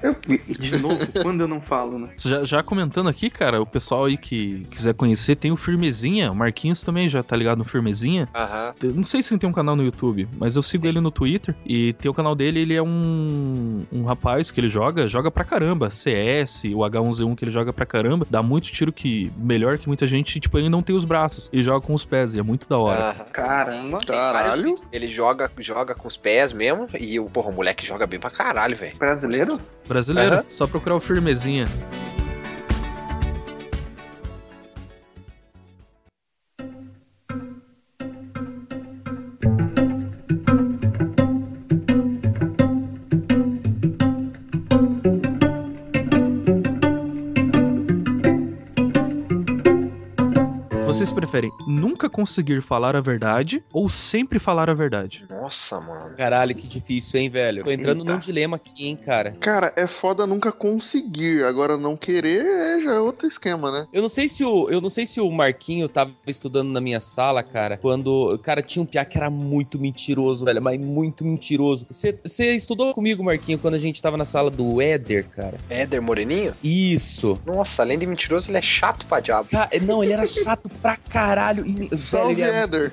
[SPEAKER 6] Eu, de novo, quando eu não falo, né?
[SPEAKER 1] Já, já comentando aqui, cara, o pessoal aí que quiser conhecer, tem o Firmezinha. O Marquinhos também já tá ligado no Firmezinha.
[SPEAKER 5] Aham.
[SPEAKER 1] Eu não sei se ele tem um canal no YouTube, mas eu sigo ele no Twitter. E tem o canal dele, ele é um, um rapaz que ele joga, joga pra caramba. CS, o H1Z1 que ele joga pra caramba. Dá muito tiro que melhor que muita gente. Tipo, ele não tem os braços. Ele joga com os pés e é muito da hora.
[SPEAKER 5] Aham.
[SPEAKER 6] Caramba.
[SPEAKER 5] Tem vários
[SPEAKER 2] Caralho.
[SPEAKER 5] vídeos. Ele joga, joga com os pés mesmo. E o, porra, o moleque joga bem pra caralho, velho.
[SPEAKER 6] Brasileiro?
[SPEAKER 1] Brasileiro,
[SPEAKER 5] Aham.
[SPEAKER 1] só procurar o Firmezinha. vocês preferem? Nunca conseguir falar a verdade ou sempre falar a verdade?
[SPEAKER 5] Nossa, mano.
[SPEAKER 4] Caralho, que difícil, hein, velho? Tô entrando
[SPEAKER 2] Eita.
[SPEAKER 4] num dilema aqui, hein, cara.
[SPEAKER 2] Cara, é foda nunca conseguir. Agora não querer é já é outro esquema, né?
[SPEAKER 4] Eu não sei se o, eu não sei se o Marquinho tava estudando na minha sala, cara, quando, cara, tinha um piá que era muito mentiroso, velho, mas muito mentiroso. Você estudou comigo, Marquinho, quando a gente tava na sala do Éder, cara?
[SPEAKER 5] Éder Moreninho?
[SPEAKER 4] Isso.
[SPEAKER 5] Nossa, além de mentiroso, ele é chato pra diabo.
[SPEAKER 4] Ca- não, ele era chato pra caralho. E, me- velho,
[SPEAKER 2] Salve,
[SPEAKER 4] ele era-
[SPEAKER 2] Eder.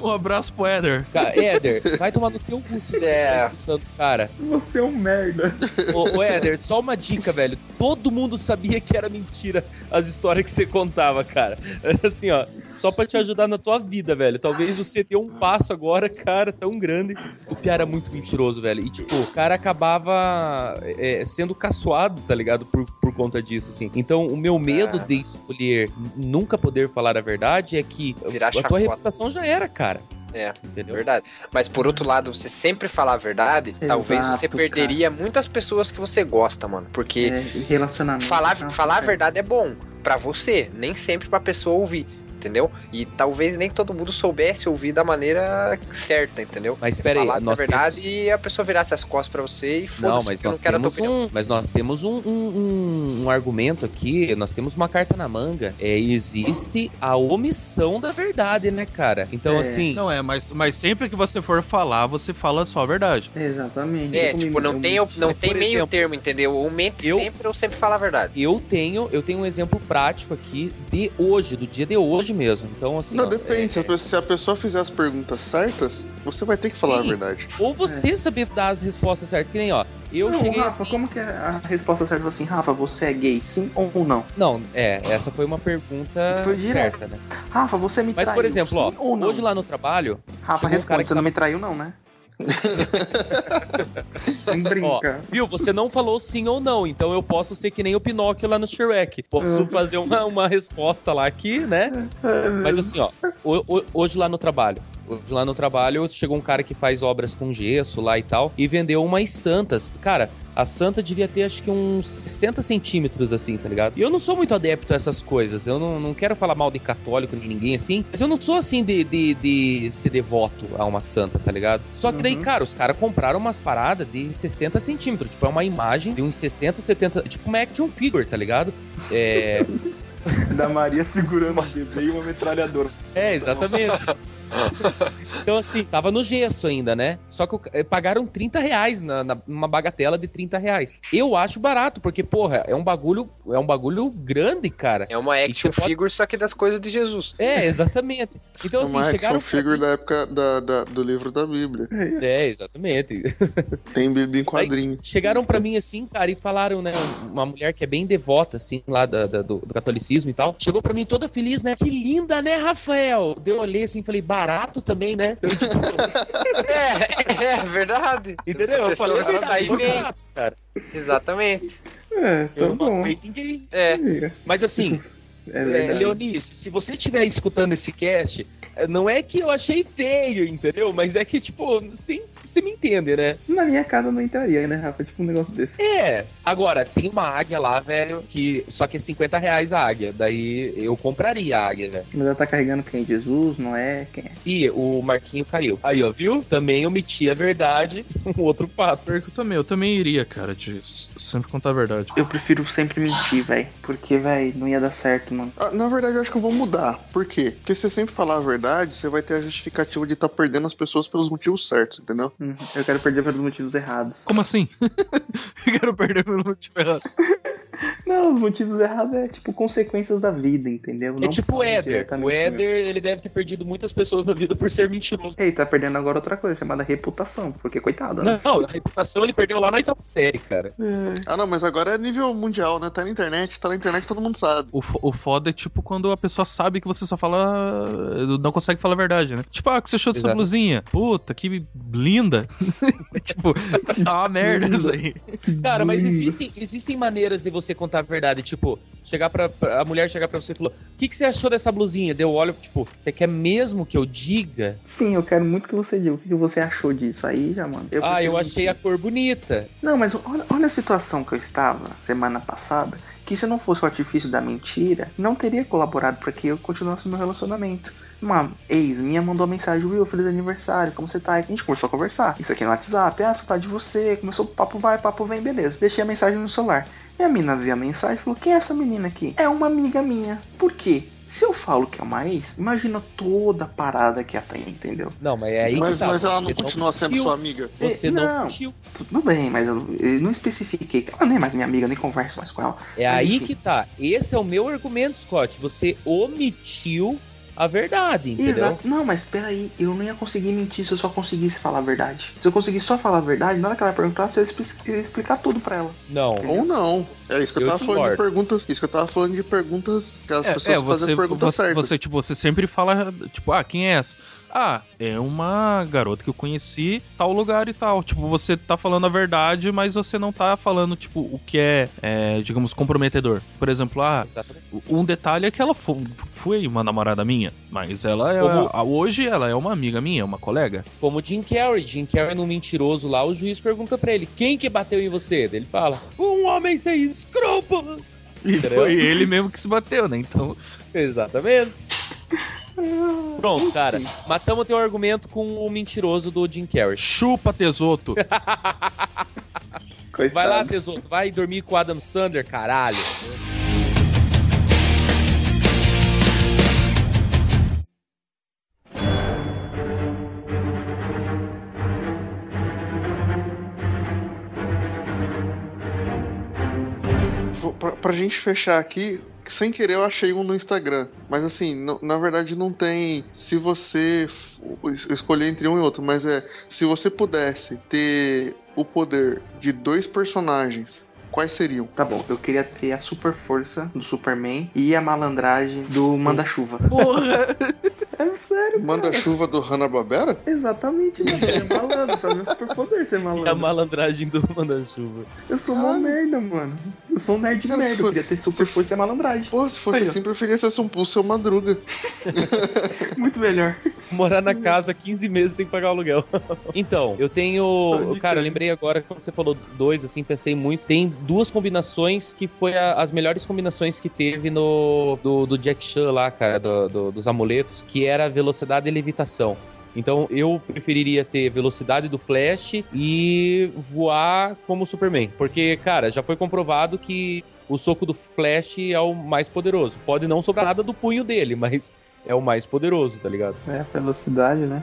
[SPEAKER 1] Um abraço pro Éder.
[SPEAKER 4] Ca- Éder, vai tomar no teu cu se você
[SPEAKER 5] É.
[SPEAKER 4] tá escutando, cara.
[SPEAKER 6] Você é um merda.
[SPEAKER 4] Ô, ô, Éder, só uma dica, velho. Todo mundo sabia que era mentira as histórias que você contava, cara. Assim, ó, só pra te ajudar na tua vida, velho. Talvez você dê um passo agora, cara, tão grande. O Pia era muito mentiroso, velho. E, tipo, o cara acabava é, sendo caçoado, tá ligado? Por, por conta disso, assim. Então, o meu medo
[SPEAKER 5] Ah.
[SPEAKER 4] de escolher n- nunca poder falar a verdade é que
[SPEAKER 5] Virar
[SPEAKER 4] a tua
[SPEAKER 5] chacota.
[SPEAKER 4] reputação já era, cara.
[SPEAKER 5] É.
[SPEAKER 4] Entendeu?
[SPEAKER 5] Verdade. Mas por outro lado, você sempre falar a verdade, talvez você
[SPEAKER 6] Exato,
[SPEAKER 5] perderia muitas pessoas que você gosta, mano. Porque
[SPEAKER 6] É, relacionamento.
[SPEAKER 5] falar,
[SPEAKER 6] tá?
[SPEAKER 5] falar a
[SPEAKER 6] É.
[SPEAKER 5] verdade é bom pra você, nem sempre pra pessoa ouvir, entendeu? E talvez nem todo mundo soubesse ouvir da maneira certa, entendeu?
[SPEAKER 4] Mas
[SPEAKER 5] Você
[SPEAKER 4] pera aí,
[SPEAKER 5] falasse a
[SPEAKER 4] nós
[SPEAKER 5] verdade e a pessoa virasse as costas pra você e
[SPEAKER 4] Não,
[SPEAKER 5] foda-se,
[SPEAKER 4] mas
[SPEAKER 5] que eu não
[SPEAKER 4] nós,
[SPEAKER 5] quero a tua
[SPEAKER 4] temos
[SPEAKER 5] opinião.
[SPEAKER 4] um, mas nós temos um, um- um- um argumento aqui, nós temos uma carta na manga. É, existe a omissão da verdade, né, cara? Então,
[SPEAKER 6] É.
[SPEAKER 4] assim,
[SPEAKER 1] Não é, mas, mas sempre que você for falar, você fala só a verdade.
[SPEAKER 6] Exatamente.
[SPEAKER 5] É,
[SPEAKER 6] Como
[SPEAKER 5] tipo, não
[SPEAKER 6] eu- um
[SPEAKER 5] tem, não
[SPEAKER 4] um Mas,
[SPEAKER 5] tem
[SPEAKER 4] por
[SPEAKER 5] meio
[SPEAKER 4] exemplo,
[SPEAKER 5] termo, entendeu? Ou mente
[SPEAKER 4] eu-
[SPEAKER 5] sempre ou sempre fala a verdade.
[SPEAKER 4] eu tenho eu tenho um exemplo prático aqui de hoje, do dia de hoje mesmo. Então, assim, ó,
[SPEAKER 2] Não, depende. Se
[SPEAKER 4] é-
[SPEAKER 2] a pessoa- se a pessoa fizer as perguntas certas, você vai ter que falar
[SPEAKER 4] Sim.
[SPEAKER 2] a verdade.
[SPEAKER 4] ou você saber dar as respostas certas, que nem, ó, eu
[SPEAKER 6] não,
[SPEAKER 4] cheguei
[SPEAKER 6] Rafa,
[SPEAKER 4] assim...
[SPEAKER 6] como que é a resposta certa assim, Rafa, você é gay, sim ou não?
[SPEAKER 4] Não, é, essa foi uma pergunta
[SPEAKER 6] Foi direto.
[SPEAKER 4] certa, né?
[SPEAKER 6] Rafa, você me
[SPEAKER 4] Mas,
[SPEAKER 6] traiu,
[SPEAKER 4] por exemplo, ó,
[SPEAKER 6] sim ou não?
[SPEAKER 4] hoje lá no trabalho,
[SPEAKER 6] Rafa,
[SPEAKER 4] chegou um
[SPEAKER 6] responde,
[SPEAKER 4] cara que
[SPEAKER 6] você não me traiu não, né? não brinca.
[SPEAKER 4] Viu? Você não falou sim ou não, então eu posso ser que nem o Pinóquio lá no Shrek. Posso
[SPEAKER 6] Hum.
[SPEAKER 4] fazer uma, uma resposta lá aqui, né? Mas assim, ó, ho- ho- hoje lá no trabalho. Hoje lá no trabalho chegou um cara que faz obras com gesso lá e tal, e vendeu umas santas. Cara, a santa devia ter acho que uns 60 centímetros, assim, tá ligado? E eu não sou muito adepto a essas coisas. Eu não, não quero falar mal de católico nem ninguém assim, mas eu não sou assim de, de, de ser devoto a uma santa, tá ligado? Só que daí,
[SPEAKER 6] Uhum.
[SPEAKER 4] cara, os caras compraram umas paradas de 60 centímetros. Tipo, é uma imagem de uns 60, 70. Tipo, uma action figure, tá ligado? É.
[SPEAKER 6] Da Maria segurando o bebê e uma metralhadora.
[SPEAKER 4] É, exatamente. então, assim, tava no gesso ainda, né? Só que o ca- eh, pagaram 30 reais na, na- numa bagatela de 30 reais. Eu acho barato, porque, porra, é um bagulho, é um bagulho grande, cara.
[SPEAKER 5] É uma action
[SPEAKER 4] você pode-
[SPEAKER 5] figure, só que das coisas de Jesus.
[SPEAKER 4] É, exatamente. Então,
[SPEAKER 2] É
[SPEAKER 4] assim,
[SPEAKER 2] uma
[SPEAKER 4] chegaram.
[SPEAKER 2] action
[SPEAKER 4] pra
[SPEAKER 2] figure
[SPEAKER 4] mim-
[SPEAKER 2] da época da- da- do livro da Bíblia.
[SPEAKER 4] É, exatamente.
[SPEAKER 2] Tem Bíblia em quadrinho.
[SPEAKER 4] Chegaram
[SPEAKER 6] Uhum.
[SPEAKER 4] pra mim assim, cara, e falaram, né? Uma mulher que é bem devota, assim, lá da- da- do, do catolicismo e tal. Chegou pra mim toda feliz, né? Que linda, né, Rafael? Deu eu olhei assim e falei, barato também, né? Então, tipo,
[SPEAKER 5] É, é, verdade.
[SPEAKER 4] entendeu?
[SPEAKER 5] Você
[SPEAKER 4] Eu falei,
[SPEAKER 5] soube sair bem.
[SPEAKER 4] barato, cara.
[SPEAKER 5] Exatamente.
[SPEAKER 6] É,
[SPEAKER 4] Eu
[SPEAKER 6] tá
[SPEAKER 4] não
[SPEAKER 6] bom.
[SPEAKER 4] matei ninguém.
[SPEAKER 5] É.
[SPEAKER 7] Mas assim,
[SPEAKER 6] É
[SPEAKER 7] é,
[SPEAKER 6] verdade.
[SPEAKER 7] Leonice, se você estiver escutando esse cast, eh, não é que eu achei feio, entendeu? Mas é que, tipo, você você me entende, né?
[SPEAKER 6] Na minha casa eu não entraria, né, Rafa? Tipo um negócio desse.
[SPEAKER 7] É. Agora, tem uma águia lá, velho, que só que é 50 reais a águia. Daí eu compraria a águia, velho.
[SPEAKER 6] Mas ela tá carregando quem? Jesus, não é? Quem é?
[SPEAKER 7] E o Marquinho caiu. Aí, ó, viu? Também omiti a verdade, um outro fato.
[SPEAKER 1] Pior que Eu também, eu também iria, cara, de s- sempre contar a verdade.
[SPEAKER 6] Eu prefiro sempre mentir, velho. Porque, velho, não ia dar certo, mano.
[SPEAKER 2] Ah, na verdade, eu acho que eu vou mudar. Por quê? Porque se você sempre falar a verdade, você vai ter a justificativa de estar perdendo as pessoas pelos motivos certos, entendeu?
[SPEAKER 6] Hum, Eu quero perder pelos motivos errados.
[SPEAKER 1] Como assim? eu quero perder meu motivo errado.
[SPEAKER 6] Não, os motivos errados é tipo consequências da vida, entendeu?
[SPEAKER 7] É
[SPEAKER 6] Não
[SPEAKER 7] tipo o
[SPEAKER 6] falam
[SPEAKER 7] Éder.
[SPEAKER 6] diretamente
[SPEAKER 7] O Éder, ele deve ter perdido muitas pessoas na vida por ser mentiroso.
[SPEAKER 6] mesmo. Ei, tá perdendo agora outra coisa chamada reputação, porque coitado, né?
[SPEAKER 7] Não, a reputação ele perdeu lá na oitava série, cara.
[SPEAKER 2] Ah, não, mas agora é nível mundial, né? Tá na internet, tá na internet, todo mundo sabe.
[SPEAKER 1] O, fo- o foda é tipo quando a pessoa sabe que você só fala. Não consegue falar a verdade, né? Tipo, ah, o que você achou dessa
[SPEAKER 4] Exato.
[SPEAKER 1] blusinha? Puta, que linda. tipo, tá uma merda isso aí.
[SPEAKER 7] Cara, mas existem, existem maneiras de você contar contar a verdade. Tipo, chegar pra, pra- a mulher chegar pra você e falou: O que, que você achou dessa blusinha? Deu olho, tipo, você quer mesmo que eu diga?
[SPEAKER 6] Sim, eu quero muito que você diga o que que você achou disso. Aí já, mano.
[SPEAKER 7] ah, eu
[SPEAKER 6] prefiro-
[SPEAKER 7] achei a cor bonita.
[SPEAKER 6] Não, mas olha, olha a situação que eu estava semana passada. Que se não fosse o artifício da mentira, não teria colaborado para que eu continuasse meu relacionamento. Uma ex minha mandou uma mensagem: Will, feliz aniversário, como você tá? A gente começou a conversar. Isso aqui no WhatsApp, ah, saudade de você. Começou papo vai, papo vem, beleza. Deixei a mensagem no celular. Minha mina viu a mensagem e falou: Quem é essa menina aqui? É uma amiga minha. Por quê? Se eu falo que é uma ex, imagina toda a parada que ela tem, entendeu?
[SPEAKER 7] Não, mas é aí que
[SPEAKER 2] Mas,
[SPEAKER 7] tá,
[SPEAKER 2] mas ela
[SPEAKER 7] você
[SPEAKER 2] não continua sendo
[SPEAKER 7] curtiu,
[SPEAKER 2] sua amiga.
[SPEAKER 7] Você não,
[SPEAKER 6] Não.
[SPEAKER 7] curtiu.
[SPEAKER 6] Tudo bem, mas eu, eu não especifiquei. que Ela nem é mais minha amiga, nem converso mais com ela.
[SPEAKER 7] É aí
[SPEAKER 6] enfim.
[SPEAKER 7] que tá. Esse é o meu argumento, Scott. Você omitiu a verdade, entendeu?
[SPEAKER 6] Exato. Não, mas peraí, eu não ia conseguir mentir se eu só conseguisse falar a verdade. Se eu conseguisse só falar a verdade, na hora que ela perguntar, se eu espe- eu ia explicar tudo pra ela.
[SPEAKER 7] Não.
[SPEAKER 2] Ou não. É isso que eu,
[SPEAKER 7] Eu
[SPEAKER 2] tava falando de
[SPEAKER 7] discordo.
[SPEAKER 2] perguntas. Isso que eu tava falando de perguntas que as
[SPEAKER 1] É,
[SPEAKER 2] pessoas
[SPEAKER 1] é,
[SPEAKER 2] fazem
[SPEAKER 1] você,
[SPEAKER 2] as perguntas
[SPEAKER 1] você,
[SPEAKER 2] certas.
[SPEAKER 1] você, tipo, você sempre fala, tipo, ah, quem é essa? Ah, é uma garota que eu conheci, tal lugar e tal. Tipo, você tá falando a verdade, mas você não tá falando, tipo, o que é, é, digamos, comprometedor. Por exemplo, ah,
[SPEAKER 7] Exatamente.
[SPEAKER 1] um detalhe é que ela fo- foi uma namorada minha, mas ela é.
[SPEAKER 7] Como-
[SPEAKER 1] a- Hoje ela é uma amiga minha, uma colega.
[SPEAKER 7] Como o Jim Carrey. Jim Carrey no mentiroso lá, o juiz pergunta pra ele: quem que bateu em você? Daí Ele fala: um homem sem escrúpulos.
[SPEAKER 1] E
[SPEAKER 7] Entendeu?
[SPEAKER 1] foi ele mesmo que se bateu, né? Então.
[SPEAKER 7] Exatamente. Pronto, cara. Matamos teu argumento com o mentiroso do Jim Carrey.
[SPEAKER 1] Chupa, tesoto!
[SPEAKER 2] É
[SPEAKER 6] Coitado.
[SPEAKER 7] Vai lá, Tesoto. Vai dormir com o Adam Sander, caralho.
[SPEAKER 2] Vou- Pra, pra gente fechar aqui, sem querer eu achei um no Instagram. Mas assim, não- na verdade não tem. Se você f- es- escolher entre um e outro, mas é. Se você pudesse ter o poder de dois personagens, quais seriam?
[SPEAKER 6] Tá bom, eu queria ter a super força do Superman e a malandragem do Manda-Chuva.
[SPEAKER 1] Porra!
[SPEAKER 6] É sério,
[SPEAKER 2] Manda-chuva do Hanna-Barbera?
[SPEAKER 6] Exatamente, mano. É malandro, pra mim é super poder
[SPEAKER 7] E
[SPEAKER 6] ser
[SPEAKER 7] É a
[SPEAKER 6] malandro.
[SPEAKER 7] malandragem do Mandanchuva.
[SPEAKER 6] Eu sou uma
[SPEAKER 7] Ah.
[SPEAKER 2] Caralho.
[SPEAKER 6] merda, mano. Eu sou um nerd
[SPEAKER 2] Cara,
[SPEAKER 6] merda,
[SPEAKER 2] se
[SPEAKER 6] eu
[SPEAKER 2] for-
[SPEAKER 6] queria ter super
[SPEAKER 2] se-
[SPEAKER 6] força e malandragem.
[SPEAKER 2] Pô, se fosse
[SPEAKER 6] Aí, ó.
[SPEAKER 2] assim, preferia ser um o seu Madruga.
[SPEAKER 6] Muito melhor.
[SPEAKER 7] Morar na casa 15 meses sem pagar o aluguel. Então, eu tenho.
[SPEAKER 6] Pode
[SPEAKER 7] Cara, eu
[SPEAKER 6] crer.
[SPEAKER 7] lembrei agora quando você falou dois, assim, pensei muito. Tem duas combinações que foi a- as melhores combinações que teve no. Do, do Jack Chan lá, cara, do- do- dos amuletos, que era velocidade e levitação. Então eu preferiria ter velocidade do Flash e voar como Superman. Porque, cara, já foi comprovado que o soco do Flash é o mais poderoso. Pode não sobrar nada do punho dele, mas é o mais poderoso, tá ligado?
[SPEAKER 6] É, velocidade, né?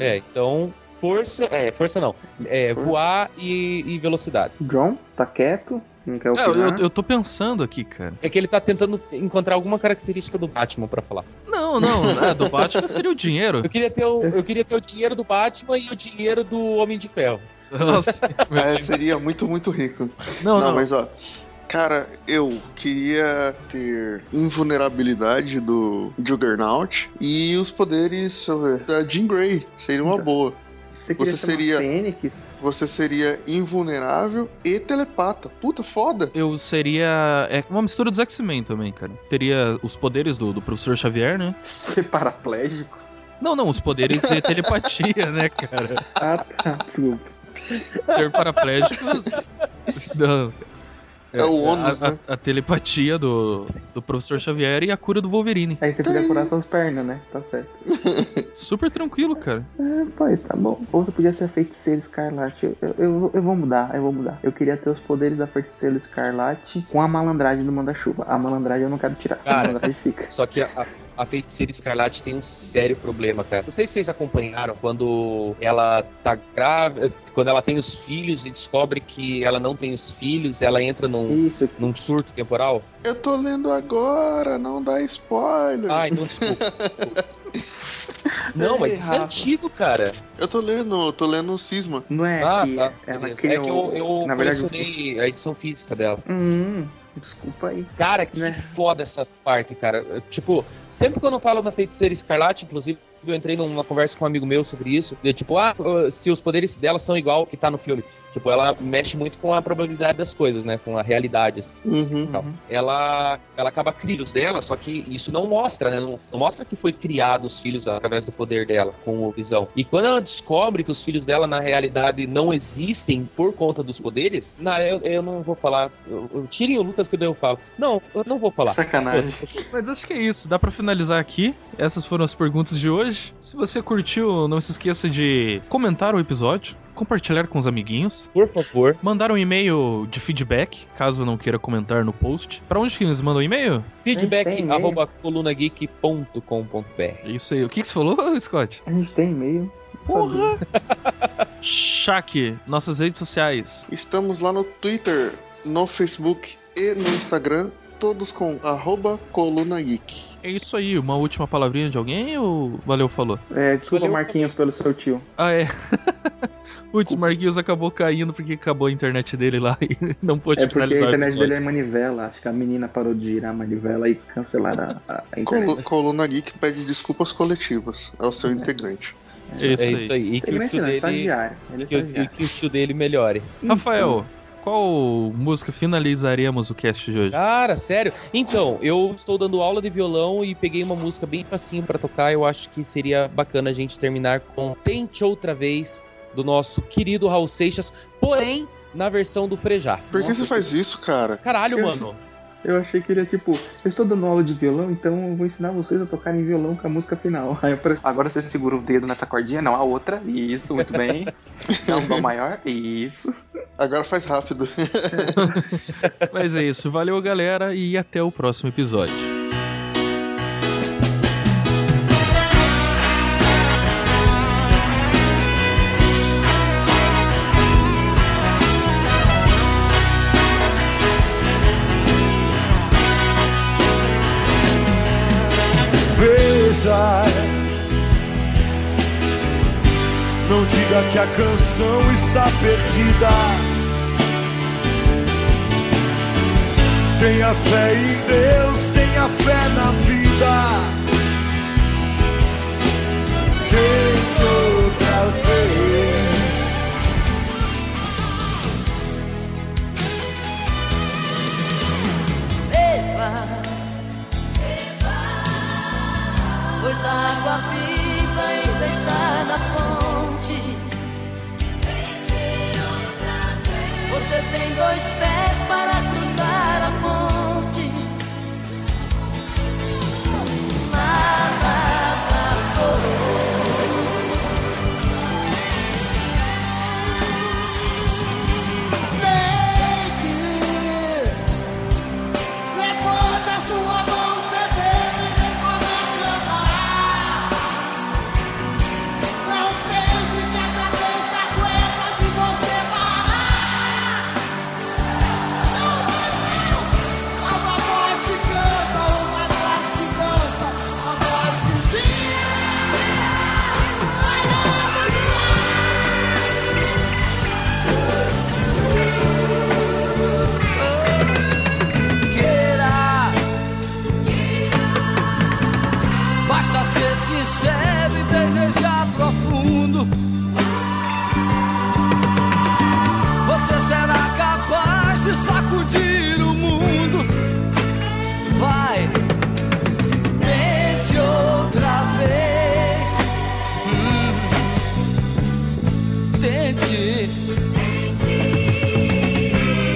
[SPEAKER 7] É, então força. É, força não. É, voar e, e velocidade.
[SPEAKER 6] John, tá quieto, não quer
[SPEAKER 1] É, eu,
[SPEAKER 2] né?
[SPEAKER 1] eu- eu tô pensando aqui, cara.
[SPEAKER 7] É que ele tá tentando encontrar alguma característica do Batman pra falar.
[SPEAKER 1] Não, não, é, do Batman seria o dinheiro.
[SPEAKER 7] Eu queria, ter o, eu queria ter o dinheiro do Batman e o dinheiro do Homem de Ferro.
[SPEAKER 1] Nossa.
[SPEAKER 2] É, seria muito, muito rico.
[SPEAKER 1] Não, não,
[SPEAKER 2] mas ó. Cara, eu queria ter invulnerabilidade do Juggernaut e os poderes, deixa eu ver, da Jean Grey. Seria uma
[SPEAKER 6] Então.
[SPEAKER 2] boa.
[SPEAKER 6] Você queria
[SPEAKER 2] Você
[SPEAKER 6] ser uma
[SPEAKER 2] seria-
[SPEAKER 6] Fênix?
[SPEAKER 2] Você seria invulnerável e telepata. Puta, foda.
[SPEAKER 1] Eu seria. É uma mistura dos X-Men também, cara. Teria os poderes do, do professor Xavier, né?
[SPEAKER 6] Ser paraplégico?
[SPEAKER 1] Não, não, os poderes de telepatia, né, cara?
[SPEAKER 6] Ah, tá. Desculpa.
[SPEAKER 1] Ser paraplégico. Não.
[SPEAKER 2] É o ônus,
[SPEAKER 1] a,
[SPEAKER 2] né?
[SPEAKER 1] a- a telepatia do, do professor Xavier e a cura do Wolverine.
[SPEAKER 6] Aí você podia curar suas pernas, né? Tá certo.
[SPEAKER 1] Super tranquilo, cara.
[SPEAKER 6] É, pai, tá bom. Ou você podia ser a feiticeira escarlate. Eu, eu, eu, eu vou mudar, eu vou mudar. Eu queria ter os poderes da feiticeira escarlate com a malandragem do manda-chuva. A malandragem eu não quero tirar.
[SPEAKER 7] Cara.
[SPEAKER 6] A malandragem fica.
[SPEAKER 7] Só que a, a feiticeira escarlate tem um sério problema, cara. Não sei se vocês acompanharam quando ela tá grávida, quando ela tem os filhos e descobre que ela não tem os filhos, ela entra num,
[SPEAKER 6] Isso,
[SPEAKER 7] num surto temporal.
[SPEAKER 2] Eu tô lendo agora, não dá spoiler.
[SPEAKER 7] Ai, não, desculpa. desculpa. Não, mas isso é
[SPEAKER 6] Errado.
[SPEAKER 7] antigo, cara.
[SPEAKER 2] Eu tô lendo, eu tô lendo o Cisma.
[SPEAKER 6] não é
[SPEAKER 7] Ah,
[SPEAKER 6] que
[SPEAKER 7] tá.
[SPEAKER 6] ela
[SPEAKER 7] beleza.
[SPEAKER 6] criou...
[SPEAKER 7] É que eu, eu
[SPEAKER 6] na verdade, o-
[SPEAKER 7] colecionei a edição física dela.
[SPEAKER 6] Hum, desculpa aí.
[SPEAKER 7] Cara, que
[SPEAKER 6] Né?
[SPEAKER 7] foda essa parte, cara. Eu, Tipo, sempre quando eu falo na feiticeira escarlate, inclusive, eu entrei numa conversa com um amigo meu sobre isso. Eu, tipo, ah, uh, se os poderes dela são igual ao que tá no filme. Tipo, ela mexe muito com a probabilidade das coisas, né? Com a realidade, assim.
[SPEAKER 2] Uhum.
[SPEAKER 7] tal.
[SPEAKER 6] Hum,
[SPEAKER 7] Ela, ela acaba criando os dela, só que isso não mostra, né? Não, não mostra que foi criado os filhos através do poder dela, com o Visão. E quando ela descobre que os filhos dela, na realidade, não existem por conta dos poderes, na, eu, eu não vou falar. Eu, eu- tirem o Lucas que daí eu falo. Não, eu não vou falar.
[SPEAKER 6] Sacanagem.
[SPEAKER 1] Mas acho que é isso. Dá pra finalizar aqui. Essas foram as perguntas de hoje. Se você curtiu, não se esqueça de comentar o episódio, compartilhar com os amiguinhos,
[SPEAKER 4] Por favor.
[SPEAKER 1] mandar um e-mail de feedback, caso não queira comentar no post. Pra onde que eles mandam o e-mail?
[SPEAKER 6] Tem
[SPEAKER 4] Feedback
[SPEAKER 6] e-mail.
[SPEAKER 4] arroba colunageek.com.br.
[SPEAKER 1] É isso aí. O que, que você falou, Scott?
[SPEAKER 6] A gente tem e-mail. Sabia.
[SPEAKER 1] Porra! Shaq, nossas redes sociais.
[SPEAKER 2] Estamos lá no Twitter, no Facebook e no Instagram, todos com arroba coluna geek.
[SPEAKER 1] É isso aí. Uma última palavrinha de alguém ou valeu, falou?
[SPEAKER 6] É, desculpa,
[SPEAKER 1] um
[SPEAKER 7] Valeu.
[SPEAKER 6] Marquinhos, pelo seu tio.
[SPEAKER 1] Ah, é. Putz, Marquinhos acabou caindo porque acabou a internet dele lá e não pôde
[SPEAKER 6] É porque a
[SPEAKER 1] o
[SPEAKER 6] internet
[SPEAKER 1] episódio.
[SPEAKER 6] dele é manivela. Acho que a menina parou de girar a manivela e cancelaram a, a internet.
[SPEAKER 2] Colu- coluna geek pede desculpas coletivas ao
[SPEAKER 6] É.
[SPEAKER 2] seu integrante.
[SPEAKER 1] É
[SPEAKER 4] É isso aí. E que
[SPEAKER 6] Ele
[SPEAKER 4] o
[SPEAKER 6] não é
[SPEAKER 4] tio
[SPEAKER 6] filho, ele é
[SPEAKER 4] dele.
[SPEAKER 6] estagiário. Ele é
[SPEAKER 4] Que, o- e
[SPEAKER 6] estagiário.
[SPEAKER 4] que o tio dele melhore.
[SPEAKER 6] é-
[SPEAKER 1] Rafael, qual música finalizaríamos o cast de hoje?
[SPEAKER 4] Cara, sério? Então, eu estou dando aula de violão e peguei uma música bem facinho pra tocar. Eu acho que seria bacana a gente terminar com Tente Outra Vez, do nosso querido Raul Seixas, porém, na versão do Frejá.
[SPEAKER 2] Por que
[SPEAKER 4] Nossa,
[SPEAKER 2] você faz isso, cara?
[SPEAKER 4] Caralho,
[SPEAKER 6] Eu-
[SPEAKER 4] mano.
[SPEAKER 6] Eu achei que ele é tipo, eu estou dando aula de violão, então eu vou ensinar vocês a tocarem violão com a música final. Aí eu pre- Agora você segura o dedo nessa cordinha, não, a outra. Isso, muito bem. Dá um dó maior. Isso.
[SPEAKER 2] Agora faz rápido.
[SPEAKER 1] Mas é isso. Valeu, galera, e até o próximo episódio.
[SPEAKER 8] Veja Não diga que a canção está perdida Tenha fé em Deus, tenha fé na vida Tente outra vez
[SPEAKER 9] Pois a água viva ainda está na fonte. Você tem dois pés para cruzar a ponte. Nada acabou. Deite. Levanta sua mão, você deve reclamar. Não pense que a cabeça aguenta de você parar. Há uma voz que canta, uma voz que dança, a voz que gira. I love you.
[SPEAKER 10] queira. Basta ser sincero e desejar profundo. Você será capaz de sacudir o mundo. Vai, tente outra vez. Hum. Tente.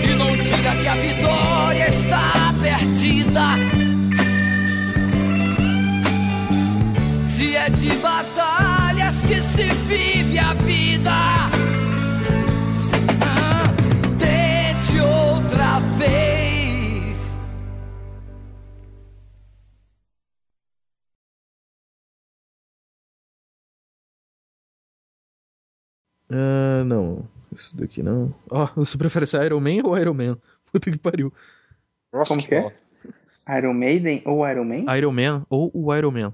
[SPEAKER 10] E não diga que a vitória está perdida. Se é de batalhas que se vive a vida, Ah, tente outra vez.
[SPEAKER 1] Ah, não. Isso daqui não. Ó, você prefere ser Iron Man ou Iron Man? Puta que pariu.
[SPEAKER 5] Nossa,
[SPEAKER 6] Como que é? Iron Maiden ou Iron Man?
[SPEAKER 1] Iron Man ou o Iron Man?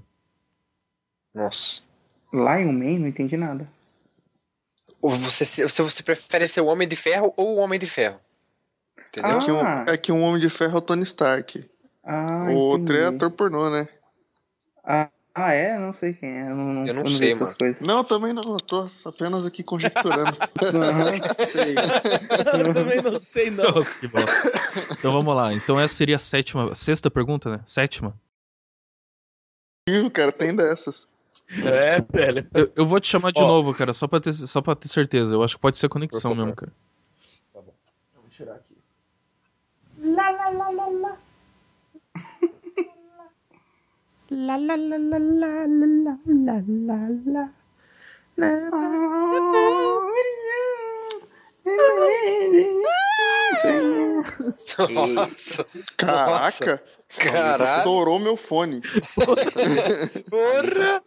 [SPEAKER 5] Nossa.
[SPEAKER 6] Lion Man? Não entendi nada.
[SPEAKER 5] Ou você, se se você prefere ser o Homem de Ferro ou o Homem de Ferro. Entendeu?
[SPEAKER 2] É que, um,
[SPEAKER 6] Ah.
[SPEAKER 2] é que um homem de ferro é o Tony Stark.
[SPEAKER 6] Ah,
[SPEAKER 2] o outro
[SPEAKER 6] entendi.
[SPEAKER 2] é ator pornô, né?
[SPEAKER 6] Ah, Ah, é? Não sei quem é. Eu não,
[SPEAKER 5] Eu não
[SPEAKER 6] vejo
[SPEAKER 5] sei,
[SPEAKER 6] essas
[SPEAKER 5] mano.
[SPEAKER 6] coisas.
[SPEAKER 2] Não, também não, eu tô apenas aqui conjecturando.
[SPEAKER 6] Não sei.
[SPEAKER 4] Eu também não sei, não.
[SPEAKER 1] Nossa, que bosta. Então vamos lá. Então essa seria a sétima, sexta pergunta, né? Sétima.
[SPEAKER 2] Ih, cara, tem dessas.
[SPEAKER 7] É, velho.
[SPEAKER 1] Eu, eu vou te chamar de
[SPEAKER 4] Ó.
[SPEAKER 1] novo, cara, só pra, ter, só pra ter certeza. Eu acho que pode ser conexão
[SPEAKER 4] Por favor.
[SPEAKER 1] mesmo, cara.
[SPEAKER 5] Nossa,
[SPEAKER 2] Caraca!
[SPEAKER 5] caralho.
[SPEAKER 2] Estourou meu fone.
[SPEAKER 5] Porra!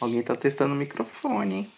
[SPEAKER 6] Alguém tá testando o microfone, hein?